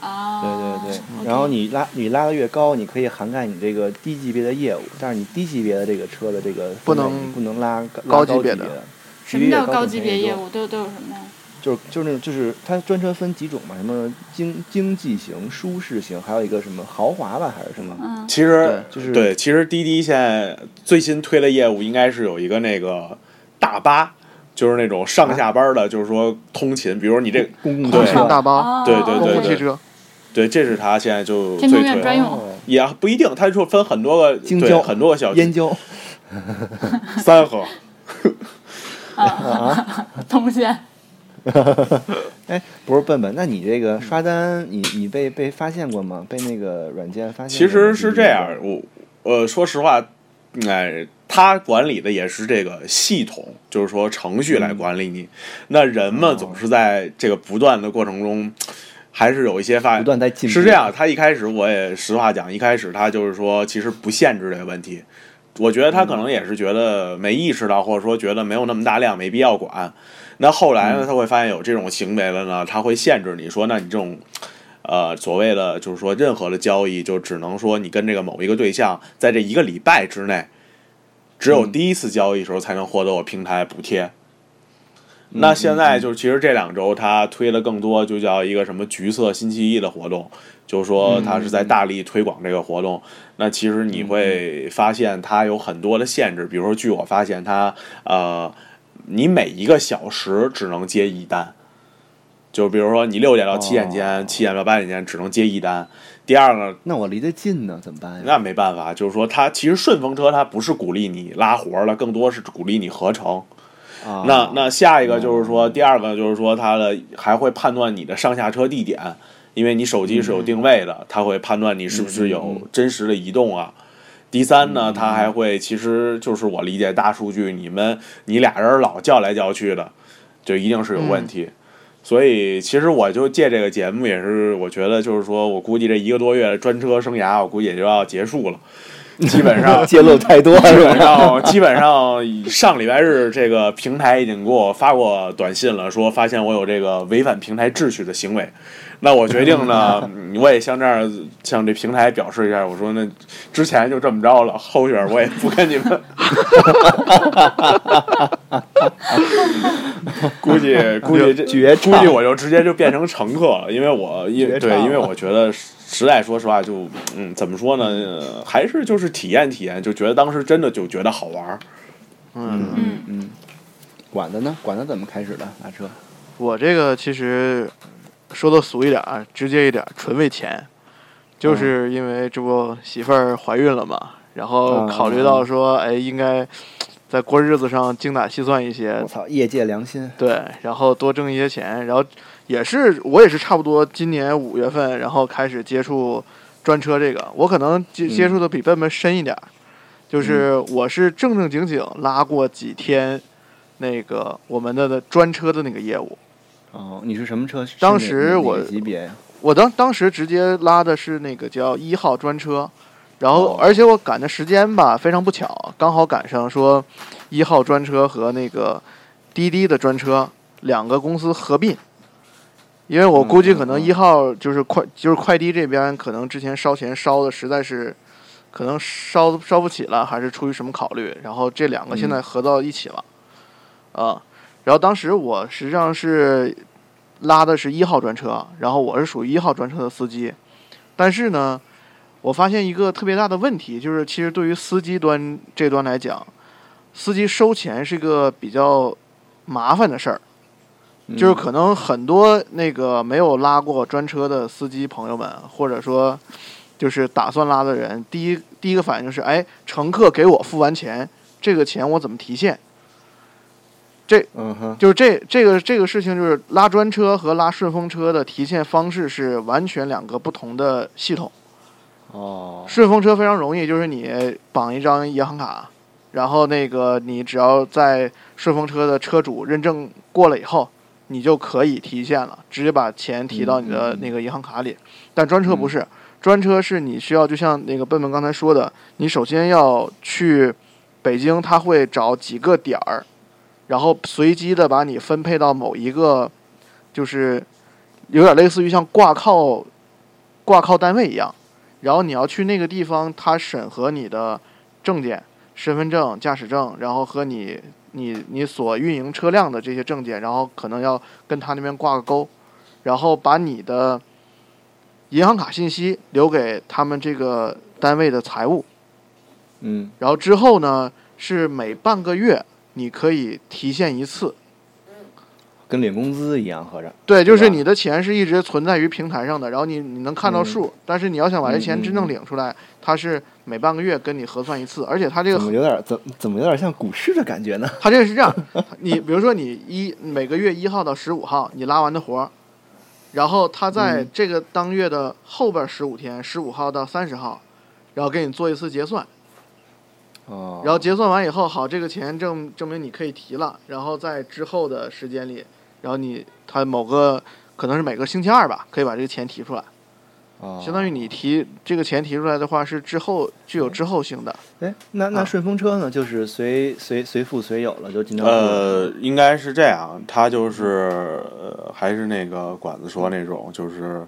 Speaker 2: 啊，
Speaker 1: 对对
Speaker 2: OK
Speaker 1: 对，然后你拉你拉的越高，你可以涵盖你这个低级别的业务，但是你低级别的这个车的这个分
Speaker 3: 不
Speaker 1: 类
Speaker 3: 能
Speaker 1: 你不能拉高
Speaker 3: 高
Speaker 1: 拉
Speaker 3: 级
Speaker 1: 高级
Speaker 3: 别
Speaker 1: 别
Speaker 3: 的
Speaker 1: 的。
Speaker 2: 什么叫高
Speaker 1: 高
Speaker 2: 级别业
Speaker 1: 务？
Speaker 2: 务都都有什么呀？
Speaker 1: 就是就是那种就是它专车分几种嘛，什么经经济型、舒适型，还有一个什么豪华吧，还是什么？
Speaker 2: 嗯，
Speaker 4: 其实
Speaker 1: 对就是
Speaker 4: 对，其实滴滴现在最新推的业务应该是有一个那个大巴，就是那种上下班的，就是说通勤，比如你这
Speaker 1: 公共
Speaker 4: 对
Speaker 1: 汽
Speaker 3: 通
Speaker 1: 车
Speaker 3: 勤大巴、
Speaker 2: 哦
Speaker 4: 啊对对
Speaker 3: 公
Speaker 4: 对
Speaker 3: 共
Speaker 4: 对
Speaker 3: 汽车，
Speaker 4: 对，这是他现在就最
Speaker 2: 天通苑专
Speaker 4: 推。
Speaker 2: 用
Speaker 1: 哦
Speaker 4: 也不一定，他就分很多个
Speaker 1: 京
Speaker 4: 对
Speaker 1: 郊
Speaker 4: 很多个小
Speaker 1: 燕
Speaker 4: 区，
Speaker 1: 郊
Speaker 4: 三河
Speaker 2: 通县
Speaker 1: 哎，不是笨笨，那你这个刷单，你你被被发现过吗？被那个软件发现
Speaker 4: 其
Speaker 1: 过吗？
Speaker 4: 实是这样，我呃，说实话，哎，他管理的也是这个系统，就是说程序
Speaker 1: 嗯
Speaker 4: 来管理你。那人嘛，总是在这个不断的过程中，还是有一些发
Speaker 1: 不断在进步
Speaker 4: 是这样，他一开始我也实话讲，一开始他就是说，其实不限制这个问题。我觉得他可能也是觉得没意识到，或者说觉得没有那么大量，没必要管。那后来
Speaker 1: 嗯
Speaker 4: 呢，他会发现有这种行为了呢，他会限制你说，那你这种呃，所谓的就是说任何的交易，就只能说你跟这个某一个对象在这一个礼拜之内，只
Speaker 1: 嗯
Speaker 4: 有第一次交易时候才能获得我平台补贴。嗯那现在就是，其实这两周他推了更多，就叫一个什么“橘色星期一”的活动，就是说他是在大力推广这个活动。那其实你会发现它有很多的限制，比如说，据我发现它呃，你每一个小时只能接一单，就比如说你六点到七点间，七点到八点间只能接一单。第二个，
Speaker 1: 那我离得近呢，怎么办呀？
Speaker 4: 那没办法，就是说它其实顺风车它不是鼓励你拉活儿了，更多是鼓励你合成。
Speaker 1: 啊，
Speaker 4: 那那下一个就是说，第二个就是说，它的还会判断你的上下车地点，因为你手机是有定位的，它会判断你是不是有真实的移动啊。第三呢，它还会，其实就是我理解大数据，你们你俩人老叫来叫去的，就一定是有问题。所以其实我就借这个节目，也是我觉得就是说我估计这一个多月的专车生涯，我估计也就要结束了，基本 上
Speaker 1: 揭露太多
Speaker 4: 基
Speaker 1: 了。
Speaker 4: 本上基本上上礼拜日，这个平台已经给我发过短信了，说发现我有这个违反平台秩序的行为。那我决 定呢，嗯我也向这儿向这平台表示一下，我说那之前就这么着了，后边我也不跟 你们， 估计估计这
Speaker 1: 绝唱啊
Speaker 4: 估 计我就直接就变成乘客了，因为我因
Speaker 1: 绝唱
Speaker 4: 对，
Speaker 1: 了
Speaker 4: 因为我觉得实在说实话就嗯，怎么说呢，呃还是就是体验体验，就觉得当时真的就觉得好玩儿。
Speaker 3: 嗯，
Speaker 2: 嗯
Speaker 1: 嗯，管的呢？管的怎么开始的？拉车？
Speaker 3: 我这个其实说的俗一点儿，直接一点儿，纯为钱，
Speaker 4: 哦
Speaker 3: 就是因为这不媳妇儿怀孕了嘛，然后
Speaker 4: 嗯
Speaker 1: 啊
Speaker 3: 考虑到说，哎，应该在过日子上精打细算一些
Speaker 1: 我，操，业界良心。
Speaker 3: 对，然后多挣一些钱，然后也是我也是差不多今年五月份，然后开始接触专车这个，我可能接接触的比笨笨深一点儿，就是我是正正经经拉过几天那个我们的的专车的那个业务，
Speaker 1: 哦，你是什么车？是
Speaker 3: 当
Speaker 1: 哪
Speaker 3: 时
Speaker 1: 哪哪
Speaker 3: 我
Speaker 1: 个级别呀？
Speaker 3: 我当当时直接拉的是那个叫一号专车，然后
Speaker 1: 哦
Speaker 3: 而且我赶的时间吧非常不巧，刚好赶上说一号专车和那个滴滴的专车两个公司合并，因为我估计可
Speaker 1: 嗯
Speaker 3: 能
Speaker 1: 嗯嗯
Speaker 3: 一号就是快就是快递这边可能之前烧钱烧的实在是可能烧烧不起了，还是出于什么考虑，然后这两个
Speaker 1: 嗯
Speaker 3: 现在合到一起了，啊，然后当时我实际上是拉的是一号专车，然后我是属于一号专车的司机，但是呢，我发现一个特别大的问题，就是其实对于司机端这端来讲，司机收钱是一个比较麻烦的事儿。
Speaker 1: 嗯
Speaker 3: 就是可能很多那个没有拉过专车的司机朋友们，或者说就是打算拉的人，第一第一个反应就是，哎，乘客给我付完钱，这个钱我怎么提现？
Speaker 1: 嗯哼，
Speaker 3: 就是这这个这个事情，就是拉专车和拉顺风车的提现方式是完全两个不同的系统。
Speaker 1: 哦，
Speaker 3: 顺风车非常容易，就是你绑一张银行卡，然后那个你只要在顺风车的车主认证过了以后，你就可以提现了，直接把钱提到你
Speaker 1: 嗯嗯
Speaker 3: 的
Speaker 1: 嗯嗯
Speaker 3: 那个银行卡里。但专车不是，专车是你需要，就像那个笨笨刚才说的，你首先要去北京，他会找几个点儿，然后随机的把你分配到某一个，就是有点类似于像挂靠挂靠单位一样。然后你要去那个地方，他审核你的证件、身份证、驾驶证，然后和你你你所运营车辆的这些证件，然后可能要跟他那边挂个钩，然后把你的银行卡信息留给他们这个单位的财务，
Speaker 1: 嗯
Speaker 3: 然后之后呢是每半个月你可以提现一次，
Speaker 1: 跟领工资一样，合着。
Speaker 3: 对，就
Speaker 1: 对
Speaker 3: 是
Speaker 1: 吧
Speaker 3: 你的钱是一直存在于平台上的，然后你你能看到
Speaker 1: 嗯
Speaker 3: 数，但是你要想把这
Speaker 1: 嗯
Speaker 3: 钱
Speaker 1: 嗯
Speaker 3: 真正
Speaker 1: 嗯
Speaker 3: 领出来，它是每半个月跟你核算一次，而且它这
Speaker 1: 怎
Speaker 3: 个
Speaker 1: 么有点怎怎么有点像股市的感觉呢？
Speaker 3: 它这个是这样， 你比如说你一每个月一号到十五号你拉完的活儿，然后他在
Speaker 1: 嗯
Speaker 3: 这个当月的后边十五天，十五号到三十号，然后给你做一次结算，
Speaker 1: 哦，
Speaker 3: 然后结算完以后，好，这个钱证证明你可以提了，然后在之后的时间里，然后你他某个可能是每个星期二吧，可以把这个钱提出来，
Speaker 1: 哦
Speaker 3: 相当于你提这个钱提出来的话是之后具有滞后性的，
Speaker 1: 哎，那
Speaker 3: 啊
Speaker 1: 那顺风车呢？就是随随随付随有了，就经常
Speaker 4: 呃，应该是这样，他就是、呃、还是那个管子说那种，就是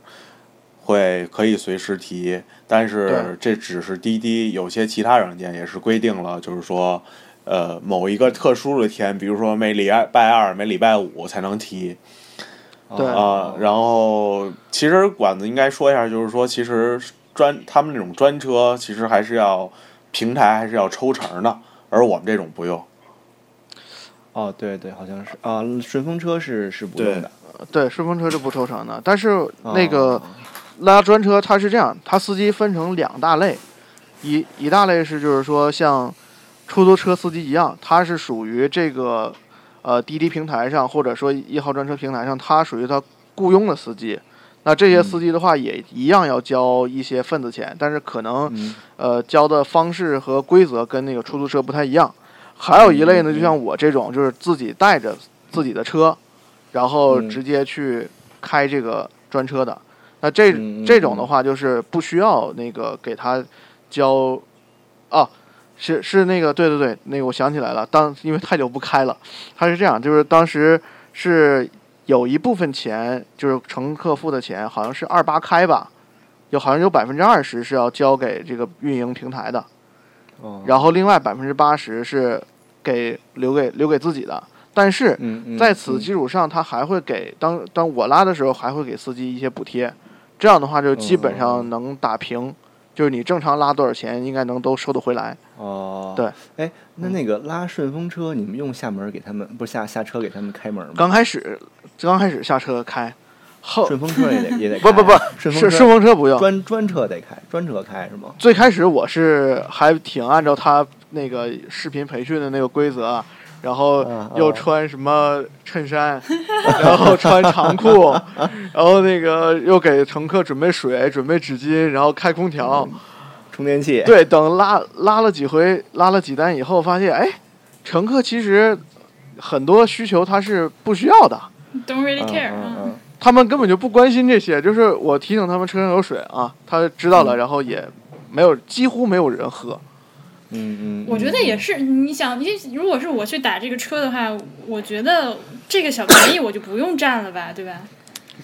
Speaker 4: 会可以随时提，但是这只是滴滴，有些其他软件也是规定了，就是说，呃，某一个特殊的天，比如说每礼拜二、每礼拜五才能提
Speaker 3: 对
Speaker 1: 哦
Speaker 4: 啊、然后其实管子应该说一下，就是说，其实专他们那种专车，其实还是要平台还是要抽成的，而我们这种不用。
Speaker 1: 哦，对对，好像是啊，顺风车是是不用的，
Speaker 3: 对，顺风车是不抽成的，但是那个。
Speaker 1: 哦
Speaker 3: 拉专车它是这样，它司机分成两大类，一一大类是就是说像出租车司机一样，他是属于这个呃滴滴平台上或者说一号专车平台上，他属于他雇佣的司机。那这
Speaker 1: 嗯
Speaker 3: 些司机的话也一样要交一些份子钱，但是可能
Speaker 1: 嗯
Speaker 3: 呃交的方式和规则跟那个出租车不太一样。还有一类
Speaker 1: 嗯
Speaker 3: 呢，就像我这种，就是自己带着自己的车，然后
Speaker 1: 嗯
Speaker 3: 直接去开这个专车的。那这
Speaker 1: 嗯嗯
Speaker 3: 这种的话，就是不需要那个给他交，哦，是是那个，对对对，那个我想起来了，当因为太久不开了，他是这样，就是当时是有一部分钱，就是乘客付的钱，好像是二八开吧，有好像有百分之二十是要交给这个运营平台的，
Speaker 1: 哦
Speaker 3: 然后另外百分之八十是给留给留给自己的，但是
Speaker 1: 嗯嗯
Speaker 3: 在此
Speaker 1: 嗯
Speaker 3: 基础上，他还会给当当我拉的时候还会给司机一些补贴，这样的话就基本
Speaker 1: 嗯
Speaker 3: 上能打平，就是你正常拉多少钱，应该能都收得回来。
Speaker 1: 哦，
Speaker 3: 对，嗯
Speaker 1: 哎，那那个拉顺风车，你们用下门给他们，不是下下车给他们开门吗？
Speaker 3: 刚开始刚开始下车开，后
Speaker 1: 顺风车也得也得
Speaker 3: 不不不
Speaker 1: 开顺风
Speaker 3: 是顺
Speaker 1: 车
Speaker 3: 风车不用，
Speaker 1: 专专车得开，专车开是吗？
Speaker 3: 最开始我是还挺按照他那个视频培训的那个规则啊，然后
Speaker 1: 嗯
Speaker 3: 又
Speaker 1: 嗯
Speaker 3: 穿什么衬衫， 然后穿长裤，然后那个又给乘客准备水、准备纸巾，然后开空
Speaker 1: 嗯
Speaker 3: 调。
Speaker 1: 充电器，
Speaker 3: 对，等拉拉了几回，拉了几单以后，发现哎，乘客其实很多需求他是不需要的，
Speaker 2: Don't really
Speaker 1: 嗯
Speaker 2: care，
Speaker 1: 嗯嗯
Speaker 3: 他们根本就不关心这些。就是我嗯提醒他们车上有水啊，他知道了，然后也没有几乎没有人喝。
Speaker 1: 嗯嗯，
Speaker 2: 我觉得也是，你想，你如果是我去打这个车的话，我觉得这个小便宜我就不用占了吧，对吧？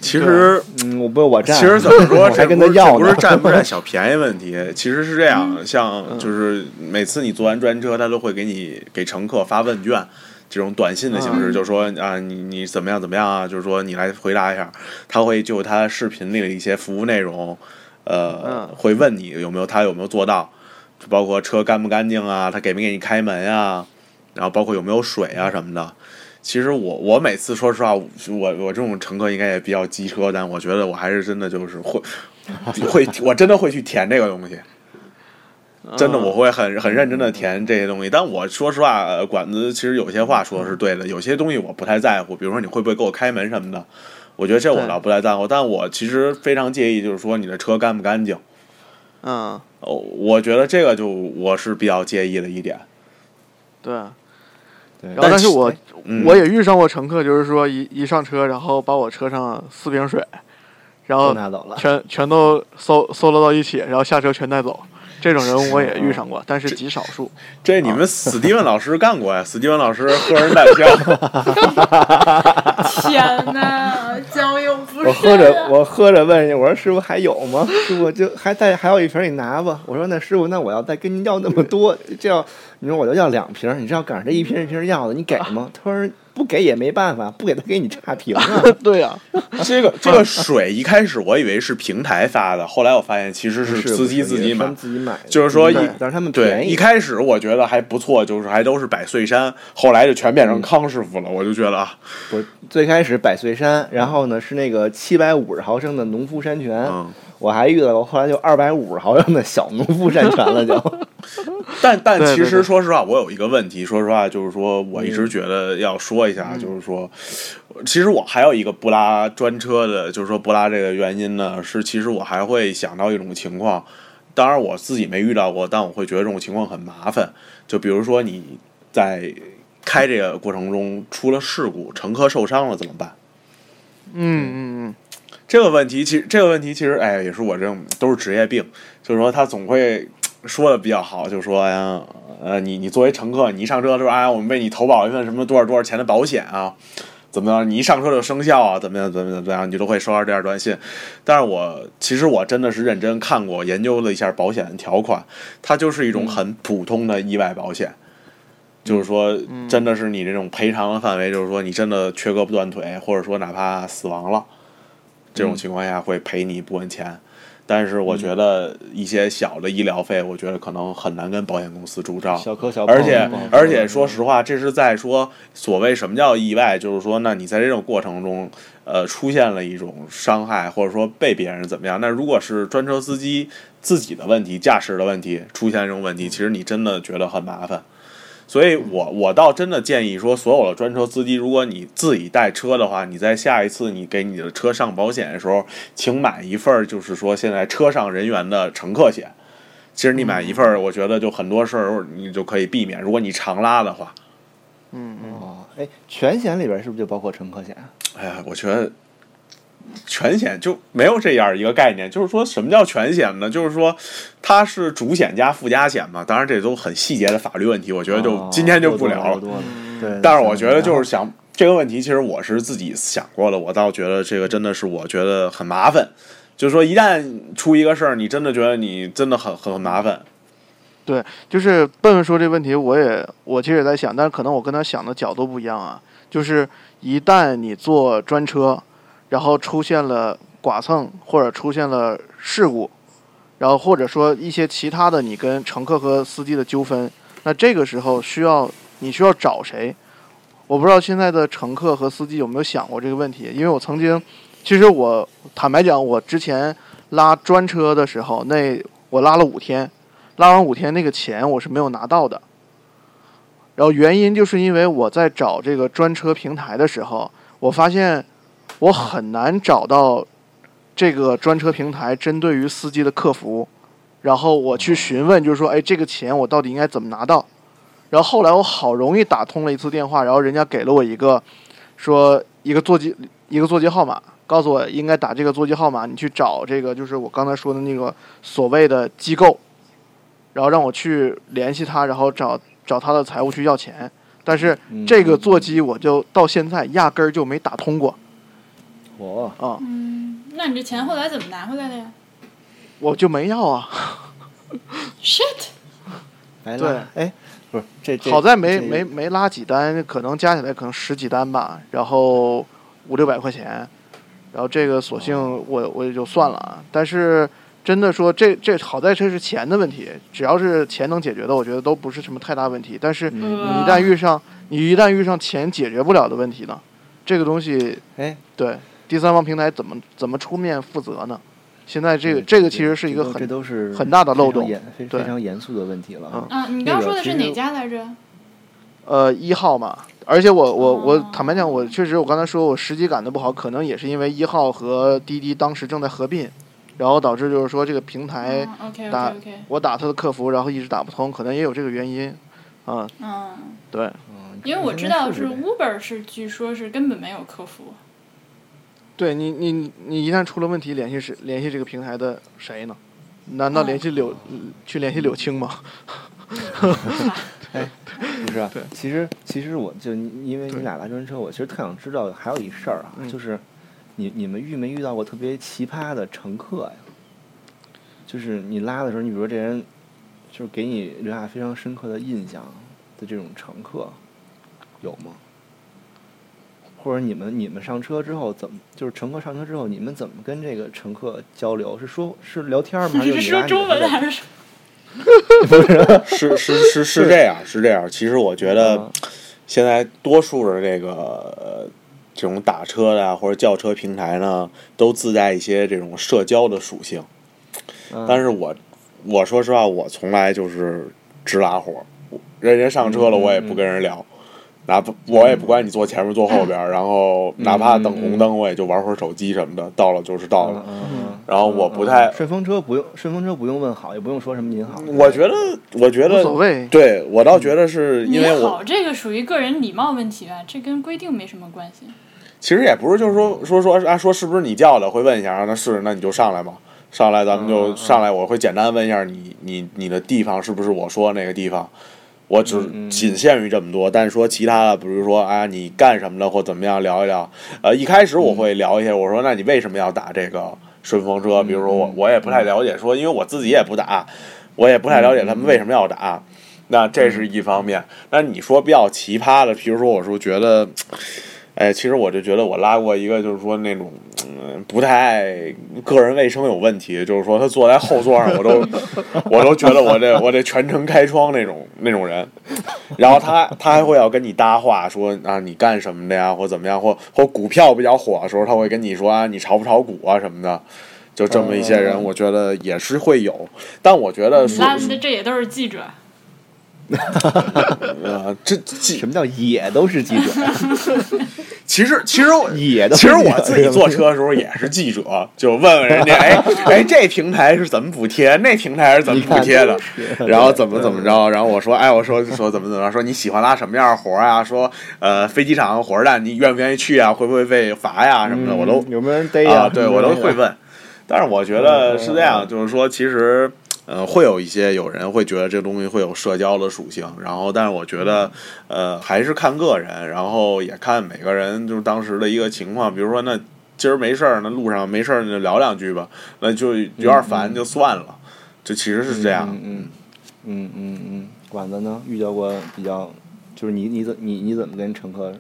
Speaker 4: 其实
Speaker 1: 嗯，我不我占，
Speaker 4: 其实怎么说，
Speaker 1: 我还
Speaker 4: 这
Speaker 1: 跟
Speaker 4: 不
Speaker 1: 他
Speaker 4: 是
Speaker 1: 要
Speaker 4: 这
Speaker 1: 呢，嗯
Speaker 4: 不是 占不占小便宜问题，其实是这样，像就是每次你坐完专车，他都会给你给乘客发问卷。这种短信的形
Speaker 1: 嗯
Speaker 4: 式，就说啊，你你怎么样怎么样啊？就是说你来回答一下，他会就他视频里的一些服务内容，呃，
Speaker 3: 嗯
Speaker 4: 会问你有没有他有没有做到，就包括车干不干净啊，他给没给你开门啊，然后包括有没有水啊什么的。其实我我每次说实话，我我这种乘客应该也比较机车，但我觉得我还是真的就是会会，我真的会去填这个东西。真的，我会很很认真的填这些东西。但我说实话，呃管子其实有些话说的是对的，有些东西我不太在乎，比如说你会不会给我开门什么的，我觉得这我
Speaker 3: 对
Speaker 4: 倒不太在乎。但我其实非常介意，就是说你的车干不干净。
Speaker 3: 嗯，
Speaker 4: 哦，我觉得这个就我是比较介意的一点。
Speaker 3: 对。然
Speaker 1: 对
Speaker 3: 后，但是我
Speaker 4: 嗯、
Speaker 3: 我也遇上过乘客，就是说一一上车，然后把我车上四瓶水，然
Speaker 1: 都
Speaker 3: 后
Speaker 1: 拿走了。
Speaker 3: 全全都搜搜罗到一起，然后下车全带走。这种人我也遇上过，但是极少数。
Speaker 4: 这你们史蒂文老师干过呀？史蒂文老师喝人带不笑，
Speaker 2: 天 哪，交友不
Speaker 4: 哦
Speaker 1: 我喝着，我喝着问人家，我说师傅还有吗？ 师傅就还带还有一瓶，你拿吧。我说那师傅，那我要再跟您要那
Speaker 4: 嗯
Speaker 1: 么多，这要你说我就要两瓶，你这要赶上这一瓶一瓶要的，你给
Speaker 4: 啊
Speaker 1: 吗？他说不给也没办法，不给他给你差评 啊。
Speaker 3: 对呀、
Speaker 4: 这个这个水一开始我以为是平台发的，后来我发现其实
Speaker 1: 不是
Speaker 4: 司机
Speaker 1: 不是
Speaker 4: 自己
Speaker 1: 也是他
Speaker 4: 买
Speaker 1: 们。自己买的，
Speaker 4: 就是说一
Speaker 1: 对但是他们
Speaker 4: 对，
Speaker 1: 便
Speaker 4: 一
Speaker 1: 宜，
Speaker 4: 开始我觉得还不错，就是还都是百岁山，后来就全变成
Speaker 1: 嗯
Speaker 4: 康师傅了，我就觉得啊，
Speaker 1: 不是最开始百岁山，然后呢是那个七百五十毫升的农夫山泉，
Speaker 4: 嗯，
Speaker 1: 我还遇到过，后来就二百五十毫升的小农夫山泉了 就，
Speaker 4: 但但
Speaker 3: 对对
Speaker 4: 其实
Speaker 3: 对嗯
Speaker 4: 说实话，我有一个问题，说实话就是说，我一直觉得要说一下，就是说，其实我还有一个不拉专车的，就是说不拉这个原因呢，是其实我还会想到一种情况，当然我自己没遇到过，但我会觉得这种情况很麻烦，就比如说你在开这个过程中出了事故，乘客受伤了怎么办？
Speaker 3: 嗯嗯
Speaker 4: 这个问题其实这个问题其实哎也是我这种都是职业病，就是说他总会说的比较好，就说哎呀呃你你作为乘客，你一上车就说哎呀我们为你投保一份什么多少多少钱的保险啊，怎么样？你一上车就生效啊，怎么样怎么样怎么样，你都会收到这样短信。但是我其实我真的是认真看过研究了一下保险条款，它就是一种很普通的意外保险。就是说，真的是你这种赔偿的范围，就是说你真的缺胳膊断腿，或者说哪怕死亡了，这种情况下会赔你一部分钱。但是我觉得一些小的医疗费，我觉得可能很难跟保险公司主张。
Speaker 1: 小磕小碰，
Speaker 4: 而且
Speaker 1: 不好说
Speaker 4: 而且说实话，这是在说所谓什么叫意外，就是说，那你在这种过程中，呃，出现了一种伤害，或者说被别人怎么样？那如果是专车司机自己的问题、驾驶的问题出现这种问题，其实你真的觉得很麻烦。所以我我倒真的建议说，所有的专车司机，如果你自己带车的话，你在下一次你给你的车上保险的时候，请买一份儿就是说现在车上人员的乘客险。其实你买一份儿，我觉得就很多事儿你就可以避免。如果你常拉的话，
Speaker 3: 嗯嗯
Speaker 1: 哦，哎，全险里边是不是就包括乘客险？啊
Speaker 4: 哎呀，我觉得全险就没有这样一个概念。就是说什么叫全险呢？就是说它是主险加附加险嘛。当然这都很细节的法律问题，我觉得就
Speaker 1: 哦
Speaker 4: 今天就不聊
Speaker 1: 多。
Speaker 4: 了
Speaker 1: 多了
Speaker 3: 嗯
Speaker 1: 对，
Speaker 4: 但是我觉得
Speaker 1: 是。
Speaker 4: 就是想这个问题，其实我是自己想过了，我倒觉得这个真的是我觉得很麻烦。就是说，一旦出一个事儿，你真的觉得你真的很很很麻烦。
Speaker 3: 对，就是笨笨说这问题，我也我其实也在想，但是可能我跟他想的角度不一样啊。就是一旦你坐专车，然后出现了剐蹭或者出现了事故，然后或者说一些其他的你跟乘客和司机的纠纷，那这个时候需要你需要找谁？我不知道现在的乘客和司机有没有想过这个问题，因为我曾经，其实我坦白讲，我之前拉专车的时候，那我拉了五天，拉完五天那个钱我是没有拿到的。然后原因就是因为我在找这个专车平台的时候，我发现我很难找到这个专车平台针对于司机的客服，然后我去询问，就是说，哎，这个钱我到底应该怎么拿到？然后后来我好容易打通了一次电话，然后人家给了我一个说一个座机一个座机号码，告诉我应该打这个座机号码，你去找这个就是我刚才说的那个所谓的机构，然后让我去联系他，然后找找他的财务去要钱。但是这个座机我就到现在压根儿就没打通过，啊
Speaker 1: 我
Speaker 2: 嗯，那你这钱后来怎么拿回来的呀
Speaker 3: 我就没要啊。
Speaker 2: ？shit，
Speaker 1: 来
Speaker 3: 对
Speaker 1: 了，哎，不是这这
Speaker 3: 好在没
Speaker 1: 这
Speaker 3: 没没拉几单，可能加起来可能十几单吧，然后五六百块钱，然后这个索性
Speaker 1: 哦
Speaker 3: 我我也就算了啊。但是真的说这这好在这是钱的问题，只要是钱能解决的，我觉得都不是什么太大问题。但是
Speaker 1: 嗯
Speaker 3: 你
Speaker 2: 呃
Speaker 3: 一旦遇上你一旦遇上钱解决不了的问题呢，这个东西
Speaker 1: 哎，
Speaker 3: 对第三方平台怎么怎么出面负责呢？现在这个
Speaker 1: 对
Speaker 3: 这
Speaker 1: 对
Speaker 3: 个其实是一
Speaker 1: 这
Speaker 3: 个
Speaker 1: 都这
Speaker 3: 很
Speaker 1: 都是
Speaker 3: 很大的漏洞
Speaker 1: 非常严非
Speaker 3: 对嗯
Speaker 1: 非常严肃的问题了啊。
Speaker 2: 啊，你刚刚说的是
Speaker 1: 那
Speaker 2: 哪
Speaker 1: 个
Speaker 2: 家来着？
Speaker 3: 呃一号嘛，而且我我我
Speaker 2: 哦
Speaker 3: 坦白讲，我确实我刚才说我时机感的不好，可能也是因为一号和滴滴当时正在合并，然后导致就是说这个平台、
Speaker 2: ，OK
Speaker 3: 打
Speaker 2: OK OK，
Speaker 3: 我打他的客服，然后一直打不通，可能也有这个原因。啊，
Speaker 2: 嗯，
Speaker 3: 对，
Speaker 2: 因
Speaker 1: 嗯
Speaker 2: 为我知道是 Uber 是据说是根本没有客服，
Speaker 3: 对你你你一旦出了问题，联系是联系这个平台的谁呢？难道联系柳、去联系柳青吗？
Speaker 1: 不是啊
Speaker 3: 对，
Speaker 1: 其实其实我就你因为你
Speaker 3: 对
Speaker 1: 俩来专车，我其实特想知道还有一事儿啊，
Speaker 3: 嗯
Speaker 1: 就是你你们遇没遇到过特别奇葩的乘客呀？就是你拉的时候，你比如说这人，就是给你留下非常深刻的印象的这种乘客，有吗？或者你们你们上车之后怎么，就是乘客上车之后，你们怎么跟这个乘客交流？是说是聊天吗？还
Speaker 2: 你
Speaker 1: 是 你
Speaker 2: 是
Speaker 1: 拉
Speaker 2: 说
Speaker 1: 你
Speaker 2: 中
Speaker 1: 的手
Speaker 2: 文还是？
Speaker 4: 是是是是这样，是这样。其实我觉得
Speaker 1: 啊
Speaker 4: 现在多数的这个呃这种打车的啊或者叫车平台呢，都自带一些这种社交的属性。
Speaker 1: 嗯
Speaker 4: 但是我我说实话，我从来就是直拉活儿，我人家上车了，
Speaker 1: 嗯嗯
Speaker 4: 我也不跟人聊，哪怕我也不管你坐前面坐后边儿，然后
Speaker 1: 嗯
Speaker 4: 哪怕等红灯，我也就玩会儿手机什么的，到了就是到
Speaker 1: 嗯
Speaker 4: 了。
Speaker 1: 嗯嗯
Speaker 4: 然后哦我不太，
Speaker 1: 顺风车不用顺风车不用问好，也不用说什么您好。
Speaker 4: 我觉得，我觉
Speaker 3: 无
Speaker 4: 得
Speaker 3: 所谓
Speaker 4: 对我倒觉得是因
Speaker 2: 你
Speaker 4: 为我
Speaker 2: 好，这个属于个人礼貌问题吧，这跟规定没什么关系。
Speaker 4: 其实也不是，就是说说说啊，说是不是你叫的，会问一下，啊那是，那你就上来嘛，上来咱
Speaker 1: 嗯
Speaker 4: 们
Speaker 1: 嗯
Speaker 4: 就
Speaker 1: 嗯
Speaker 4: 上来，我会简单问一下你你你的地方是不是我说那个地方，我只
Speaker 1: 嗯嗯
Speaker 4: 仅限于这么多，但是说其他的，比如说啊，你干什么的或怎么样聊一聊，呃，一开始
Speaker 1: 嗯
Speaker 4: 我会聊一些，我说那你为什么要打这个顺风车？比如说我
Speaker 1: 嗯
Speaker 4: 我也不太了解，说因为我自己也不打，我也不太了解他们为什么要
Speaker 1: 嗯
Speaker 4: 打。那这是一方面，那你说比较奇葩的，比如说我说觉得，哎，其实我就觉得我拉过一个，就是说那种嗯不太个人卫生有问题，就是说他坐在后座上，我都我都觉得我这我这全程开窗那种那种人，然后他他还会要跟你搭话，说啊你干什么的呀，或怎么样，或或股票比较火的时候，他会跟你说啊你炒不炒股啊什么的，就这么一些人，
Speaker 1: 嗯
Speaker 4: 我觉得也是会有，但我觉得说
Speaker 2: 哦嗯那这这也都是记者，
Speaker 4: 呃这这
Speaker 1: 什么叫也都是记者？
Speaker 4: 其实 其实 我
Speaker 1: 也都
Speaker 4: 其实我自己 坐车的时候也是记者，就问问人家，哎哎，这平台是怎么补贴，那平台是怎么补贴的，然后怎么怎么着，然后我说，哎，我说说怎么怎么着，说你喜欢拉什么样的活儿啊？说呃，飞机场火车站你愿不愿意去啊？会不会被罚呀、什么的，我都
Speaker 1: 嗯有没有人逮呀？嗯
Speaker 4: 啊，对我都会问。但是我觉得是这
Speaker 1: 嗯嗯
Speaker 4: 样，
Speaker 1: 嗯
Speaker 4: 就是说，其实，呃，会有一些有人会觉得这个东西会有社交的属性，然后，但是我觉得，呃，还是看个人，然后也看每个人就是当时的一个情况，比如说那今儿没事儿，那路上没事儿，那就聊两句吧，那就有点烦就算了，就其实是这样。
Speaker 1: 嗯嗯嗯嗯嗯，管子呢？遇到过比较，就是你你怎你你怎么跟乘客？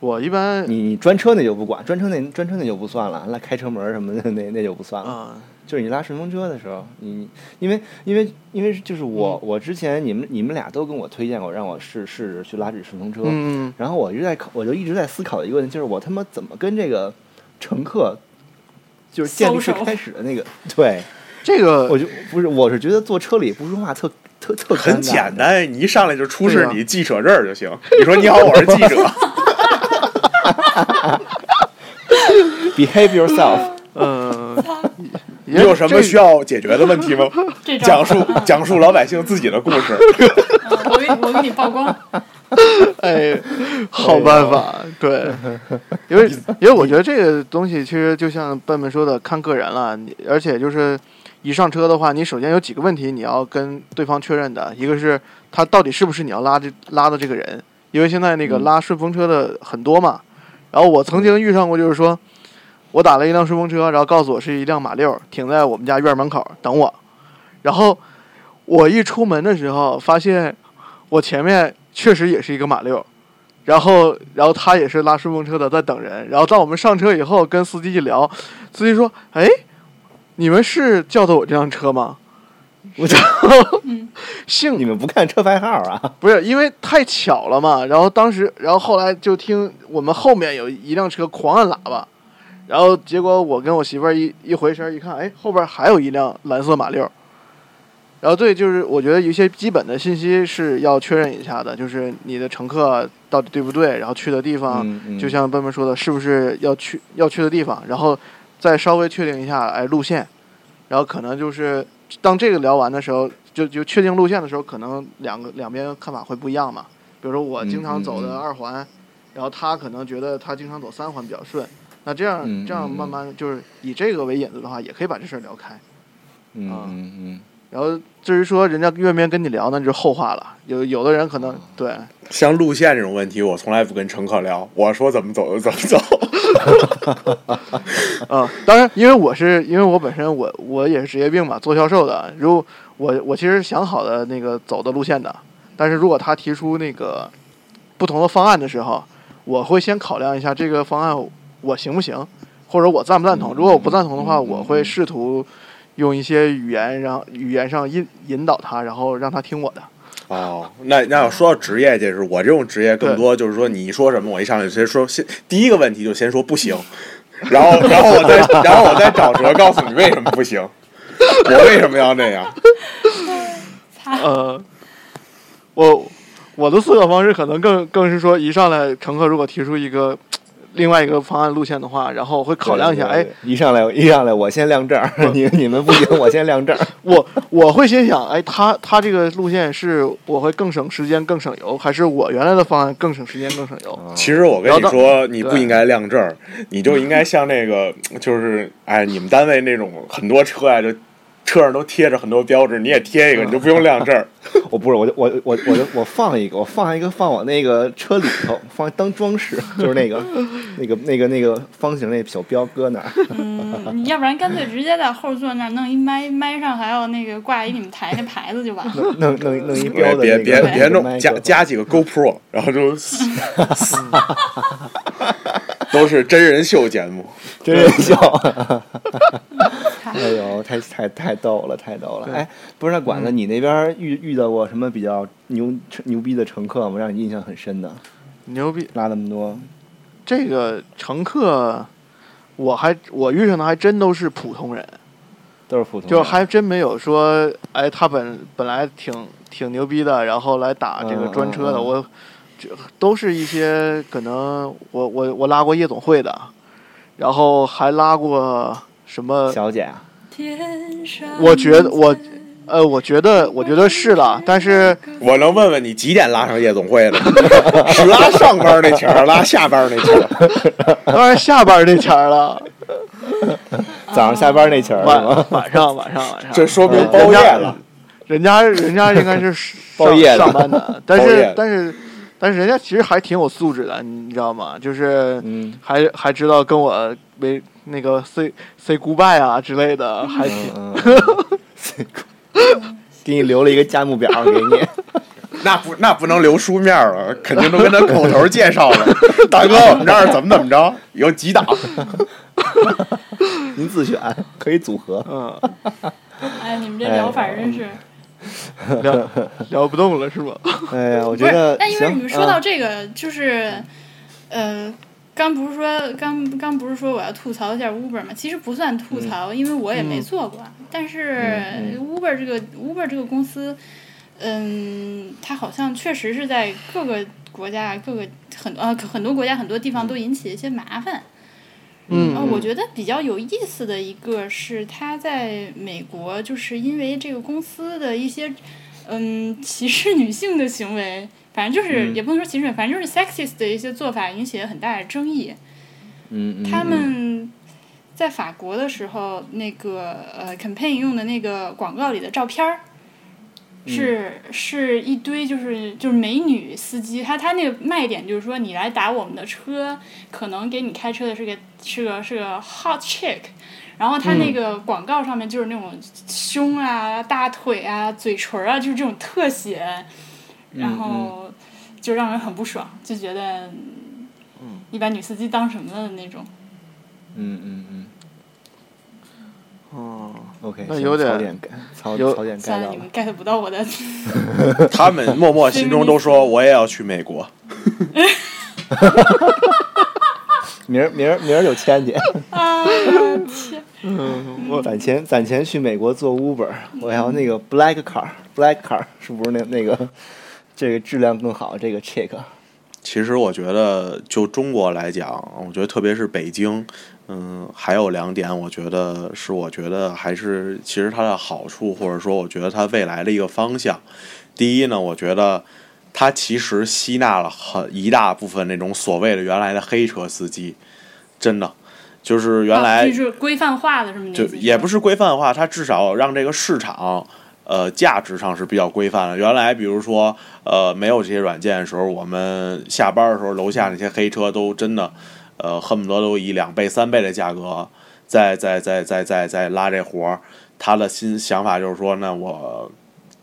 Speaker 3: 我一般
Speaker 1: 你你专车那就不管，专车那专车那就不算了，那开车门什么的那那就不算了。
Speaker 3: 啊、
Speaker 1: 就是你拉顺风车的时候，你你因为因为因为就是我、
Speaker 4: 嗯
Speaker 1: 我之前你们你们俩都跟我推荐过，让我试试着去拉这顺风车。
Speaker 3: 嗯，
Speaker 1: 然后我一直在考，我就一直在思考一个问题，就是我他妈怎么跟这个乘客，就是建立最
Speaker 2: Social
Speaker 1: 开始的那个，对
Speaker 3: 这
Speaker 1: 我
Speaker 3: 个
Speaker 1: 就不是，我是觉得坐车里不说话特特特尴
Speaker 4: 很
Speaker 1: 尬
Speaker 4: 简，单，哎你一上来就出示
Speaker 3: 对啊
Speaker 4: 你记者证儿就行。你说你好，我是记者。
Speaker 1: ，behave yourself，
Speaker 3: 呃，
Speaker 4: 你
Speaker 3: 也
Speaker 4: 有什么
Speaker 3: 这
Speaker 4: 需要解决的问题吗？
Speaker 2: 这招
Speaker 4: 讲述讲述老百姓自己的故事。
Speaker 2: 嗯我给我给你曝光，
Speaker 3: 哎，好办法，对，因为因为我觉得这个东西其实就像笨笨说的，看个人了，你而且就是一上车的话，你首先有几个问题你要跟对方确认的，一个是他到底是不是你要拉这拉的这个人，因为现在那个
Speaker 1: 嗯
Speaker 3: 拉顺风车的很多嘛。然后我曾经遇上过，就是说我打了一辆顺风车，然后告诉我是一辆马六，停在我们家院门口等我。然后我一出门的时候，发现我前面确实也是一个马六，然后然后他也是拉顺风车的，在等人。然后当我们上车以后，跟司机一聊，司机说：“哎，你们是叫的我这辆车吗？”
Speaker 1: 我操，
Speaker 3: 幸
Speaker 1: 你们不看车牌号啊？
Speaker 3: 不是因为太巧了嘛，然后当时，然后后来就听我们后面有一辆车狂按喇叭，然后结果我跟我媳妇儿一一回身一看，哎，后边还有一辆蓝色马六。然后对，就是我觉得一些基本的信息是要确认一下的，就是你的乘客到底对不对，然后去的地方，
Speaker 1: 嗯嗯
Speaker 3: 就像笨笨说的，是不是要去要去的地方，然后再稍微确定一下哎路线，然后可能就是当这个聊完的时候，就就确定路线的时候，可能两个两边看法会不一样嘛。比如说我经常走
Speaker 1: 嗯嗯
Speaker 3: 的
Speaker 1: 嗯
Speaker 3: 二环，然后他可能觉得他经常走三环比较顺，那这样
Speaker 1: 嗯嗯
Speaker 3: 这样慢慢就是以这个为引子的话，也可以把这事儿聊开。
Speaker 1: 嗯
Speaker 3: 啊
Speaker 1: 嗯嗯，
Speaker 3: 然后至于说人家愿不愿意跟你聊，那就是后话了。有有的人可
Speaker 1: 哦
Speaker 3: 能对，
Speaker 4: 像路线这种问题，我从来不跟乘客聊，我说怎么走就怎么走。
Speaker 3: 啊，当然，因为我是因为我本身我我也是职业病嘛，做销售的。如果我我其实想好的那个走的路线的，但是如果他提出那个不同的方案的时候，我会先考量一下这个方案我行不行，或者我赞不赞同。如果我不赞同的话，
Speaker 1: 嗯嗯
Speaker 3: 我会试图用一些语言，然后语言上引引导他，然后让他听我的。
Speaker 4: 哦，那那要说到职业，就是我这种职业更多就是说，你一说什么，我一上来就先说先第一个问题就先说不行，然后然后我再然后我再找辙告诉你为什么不行，我为什么要那样？
Speaker 3: 呃，我我的思考方式可能更更是说，一上来乘客如果提出一个另外一个方案路线的话，然后我会考量一下，
Speaker 1: 对
Speaker 3: 哎，，嗯
Speaker 1: 对对一上来一上来我先亮证儿，你你们不行，我先亮证儿。
Speaker 3: 我我会心想，哎，他他这个路线是我会更省时间、更省油，还是我原来的方案更省时间、更省油？
Speaker 1: 啊
Speaker 4: 其实我跟你
Speaker 3: 然后
Speaker 4: 说，你不应该亮证儿，你就应该像那个就是哎，你们单位那种很多车呀、就车上都贴着很多标志，你也贴一个，你就不用亮证儿。
Speaker 1: 我不是，我就我我我就我放一个，我放一个放我那个车里头，放当装饰，就是那个那个那个那个方形那小标搁那儿。
Speaker 2: 嗯，你要不然干脆直接在后座那儿弄一麦，麦上还有那个挂一你们台那牌子就 完了。
Speaker 1: 弄弄弄一标
Speaker 4: 别
Speaker 1: 的那
Speaker 4: 别别
Speaker 1: 个嗯
Speaker 4: 别弄，
Speaker 1: 麦
Speaker 4: 加
Speaker 1: 克 风
Speaker 4: 加几个 GoPro，然后就都是真人秀节目。
Speaker 1: 真人秀。 哎呦，太太太逗了，太逗了！哎，不是那管
Speaker 4: 嗯
Speaker 1: 子，你那边遇遇到过什么比较牛牛逼的乘客吗？让你印象很深的，
Speaker 3: 牛逼！
Speaker 1: 拉那么多，
Speaker 3: 这个乘客，我还我遇上的还真都是普通人。
Speaker 1: 都是普通人，
Speaker 3: 就还真没有说，哎，他本本来挺挺牛逼的，然后来打这个
Speaker 1: 嗯
Speaker 3: 专车的，
Speaker 1: 嗯嗯
Speaker 3: 我这都是一些可能我我我拉过夜总会的，然后还拉过什么？
Speaker 1: 小姐啊，
Speaker 2: 天上
Speaker 3: 我觉得我呃，我觉得我觉得是了，但是
Speaker 4: 我能问问你几点拉上夜总会的？是拉上班那前儿，拉下班那前儿。
Speaker 3: 当然下班那前 儿了，
Speaker 1: 早上下班那前儿是吗？
Speaker 3: 晚晚上晚上晚上，
Speaker 4: 这说明包夜了，
Speaker 1: 嗯
Speaker 3: 人家人家应该 是上
Speaker 1: 包夜的
Speaker 3: 上班的，但
Speaker 4: 包夜的
Speaker 3: 是但是但是人家其实还挺有素质的，你知道吗？就是
Speaker 1: 嗯
Speaker 3: 还还知道跟我没那个 say say goodbye 啊之类的，还挺
Speaker 1: 嗯，给你留了一个价目表给你。
Speaker 4: 那不那不能留书面了，肯定都跟他口头介 绍了。大哥，我们这儿怎么怎么着，有几档？
Speaker 1: 您自选，可以组合。
Speaker 3: 嗯
Speaker 2: 哎，你们这疗法真是。
Speaker 3: 聊聊不动了是吧？
Speaker 1: 哎呀，我
Speaker 2: 不
Speaker 1: 觉
Speaker 2: 是，
Speaker 1: 得
Speaker 2: 但因为
Speaker 1: 行
Speaker 2: 你们说到
Speaker 1: 嗯
Speaker 2: 这个，就是，呃，刚不是说刚刚不是说我要吐槽一下 Uber 嘛？其实不算吐槽，因为我也没做过。啊但是
Speaker 1: 嗯
Speaker 2: Uber 这个 Uber 这个公司，嗯，它好像确实是在各个国家、各个很呃很多国家、很多地方
Speaker 1: 嗯
Speaker 2: 都引起一些麻烦。
Speaker 3: 嗯
Speaker 2: 呃，我觉得比较有意思的一个是，他在美国就是因为这个公司的一些嗯歧视女性的行为，反正就是、也不能说歧视，反正就是 sexist 的一些做法引起了很大的争议。
Speaker 1: 嗯嗯，
Speaker 2: 他们在法国的时候，那个呃 campaign 用的那个广告里的照片儿。是是一堆就是就是美女司机，他他那个卖点就是说你来打我们的车，可能给你开车的是个是个是个 hot chick，然后他那个广告上面就是那种胸啊、大腿啊、嘴唇啊，就是这种特写，
Speaker 4: 嗯
Speaker 2: 然后就让人很不爽，就觉得
Speaker 4: 嗯
Speaker 2: 一般女司机当什么的那种。
Speaker 1: 嗯嗯嗯
Speaker 3: 哦，
Speaker 1: ，OK，
Speaker 3: 那
Speaker 1: 行
Speaker 3: 有点
Speaker 1: 槽点槽
Speaker 3: 有
Speaker 1: 槽点 get
Speaker 2: 算了，
Speaker 1: 到
Speaker 2: 你
Speaker 1: 了
Speaker 2: 们 get 不到我的，
Speaker 4: 他们默默心中都说我也要去美国。
Speaker 1: 明儿明儿明儿就签 你，
Speaker 2: 啊
Speaker 3: 嗯，我
Speaker 1: 攒钱攒钱去美国做 Uber，我要那个 Black Car，Black Car 是不是那那个这个质量更好？这个 check，
Speaker 4: 其实我觉得，就中国来讲，我觉得特别是北京，嗯，还有两点，我觉得是我觉得还是其实它的好处，或者说我觉得它未来的一个方向。第一呢，我觉得它其实吸纳了很一大部分那种所谓的原来的黑车司机，真的就是 原来、
Speaker 2: 啊就是规范化的这么一
Speaker 4: 就呃
Speaker 2: 个机制
Speaker 4: 也不是规范化，它至少让这个市场，呃，价值上是比较规范的。原来比如说，呃，没有这些软件的时候，我们下班的时候，楼下那些黑车都真的，呃，恨不得都以两倍、三倍的价格在在在在在在拉这活儿。他的新想法就是说，那我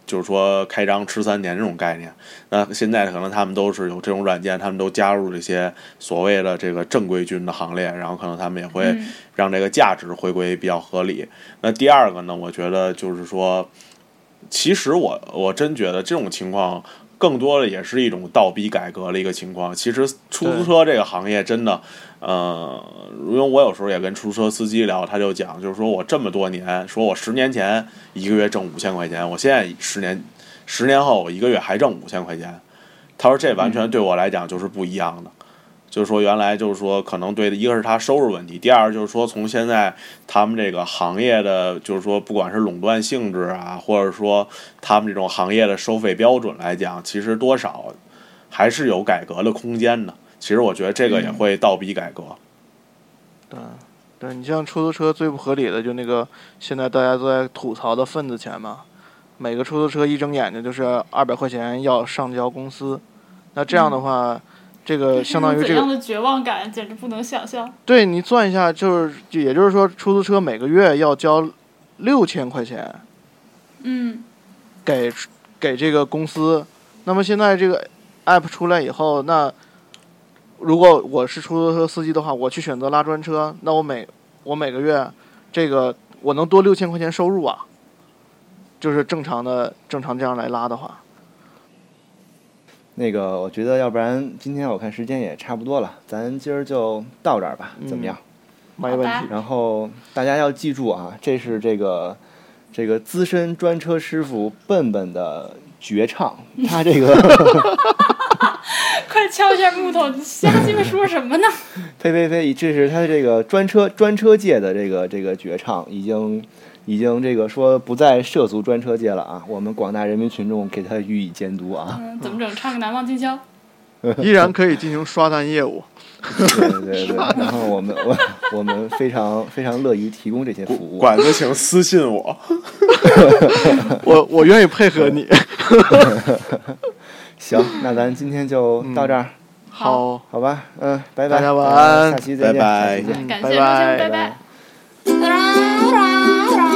Speaker 4: 就是说开张吃三年这种概念。那现在可能他们都是有这种软件，他们都加入这些所谓的这个正规军的行列，然后可能他们也会
Speaker 2: 嗯
Speaker 4: 让这个价值回归比较合理。那第二个呢，我觉得就是说，其实我我真觉得这种情况。更多的也是一种倒逼改革的一个情况。其实出租车这个行业真的，呃，因为我有时候也跟出租车司机聊，他就讲，就是说我这么多年，说我十年前一个月挣五千块钱，我现在十年十年后我一个月还挣五千块钱。他说这完全对我来讲就是不一样的，就是说原来就是说可能对，一个是他收入问题，第二就是说从现在他们这个行业的，就是说不管是垄断性质啊，或者说他们这种行业的收费标准来讲，其实多少还是有改革的空间的。其实我觉得这个也会倒逼改革。
Speaker 3: 对，对你像出租车最不合理的就那个，现在大家都在吐槽的份子钱嘛，每个出租车一睁眼睛就是二百块钱要上交公司，那这样的话，这个呃相当
Speaker 2: 是
Speaker 3: 于这
Speaker 2: 怎
Speaker 3: 个
Speaker 2: 样的绝望感，简直不能想象。
Speaker 3: 对你算一下，就是就也就是说，出租车每个月要交六千块钱
Speaker 2: 嗯，
Speaker 3: 给给这个公司。那么现在这个 app 出来以后，那如果我是出租车司机的话，我去选择拉专车，那我每我每个月这个我能多六千块钱收入啊，就是正常的正常这样来拉的话，
Speaker 1: 那个我觉得要不然今天我看时间也差不多了，咱今儿就到这儿吧，怎么样？
Speaker 3: 没问
Speaker 2: 好吧。
Speaker 3: 题
Speaker 1: 然后大家要记住啊，这是这个这个资深专车师傅笨笨的绝唱，他这个
Speaker 2: 快敲一下木头，你瞎鸡巴说什么呢？
Speaker 1: 呸呸呸，这是他这个专车专车界的这个这个绝唱，已经已经这个说不再涉足专车界了啊，我们广大人民群众给他予以监督啊，
Speaker 2: 嗯，怎么整？唱个《难忘今宵》。
Speaker 3: 依然可以进行刷单业务。
Speaker 1: 对对对，然后我们我我们非常非常乐于提供这些服务。
Speaker 4: 管子，请私信我。
Speaker 3: 我我愿意配合你。
Speaker 1: 行，那咱今天就到这儿，
Speaker 2: 好
Speaker 3: 好。
Speaker 1: 好吧？嗯，拜拜，
Speaker 3: 大家晚安
Speaker 1: 下期再见，
Speaker 4: 拜拜
Speaker 1: 下期见
Speaker 3: 嗯
Speaker 2: 感
Speaker 3: 拜
Speaker 2: 谢收听，
Speaker 3: 拜
Speaker 1: 拜
Speaker 2: 拜拜
Speaker 1: 拜。
Speaker 5: ra ra ra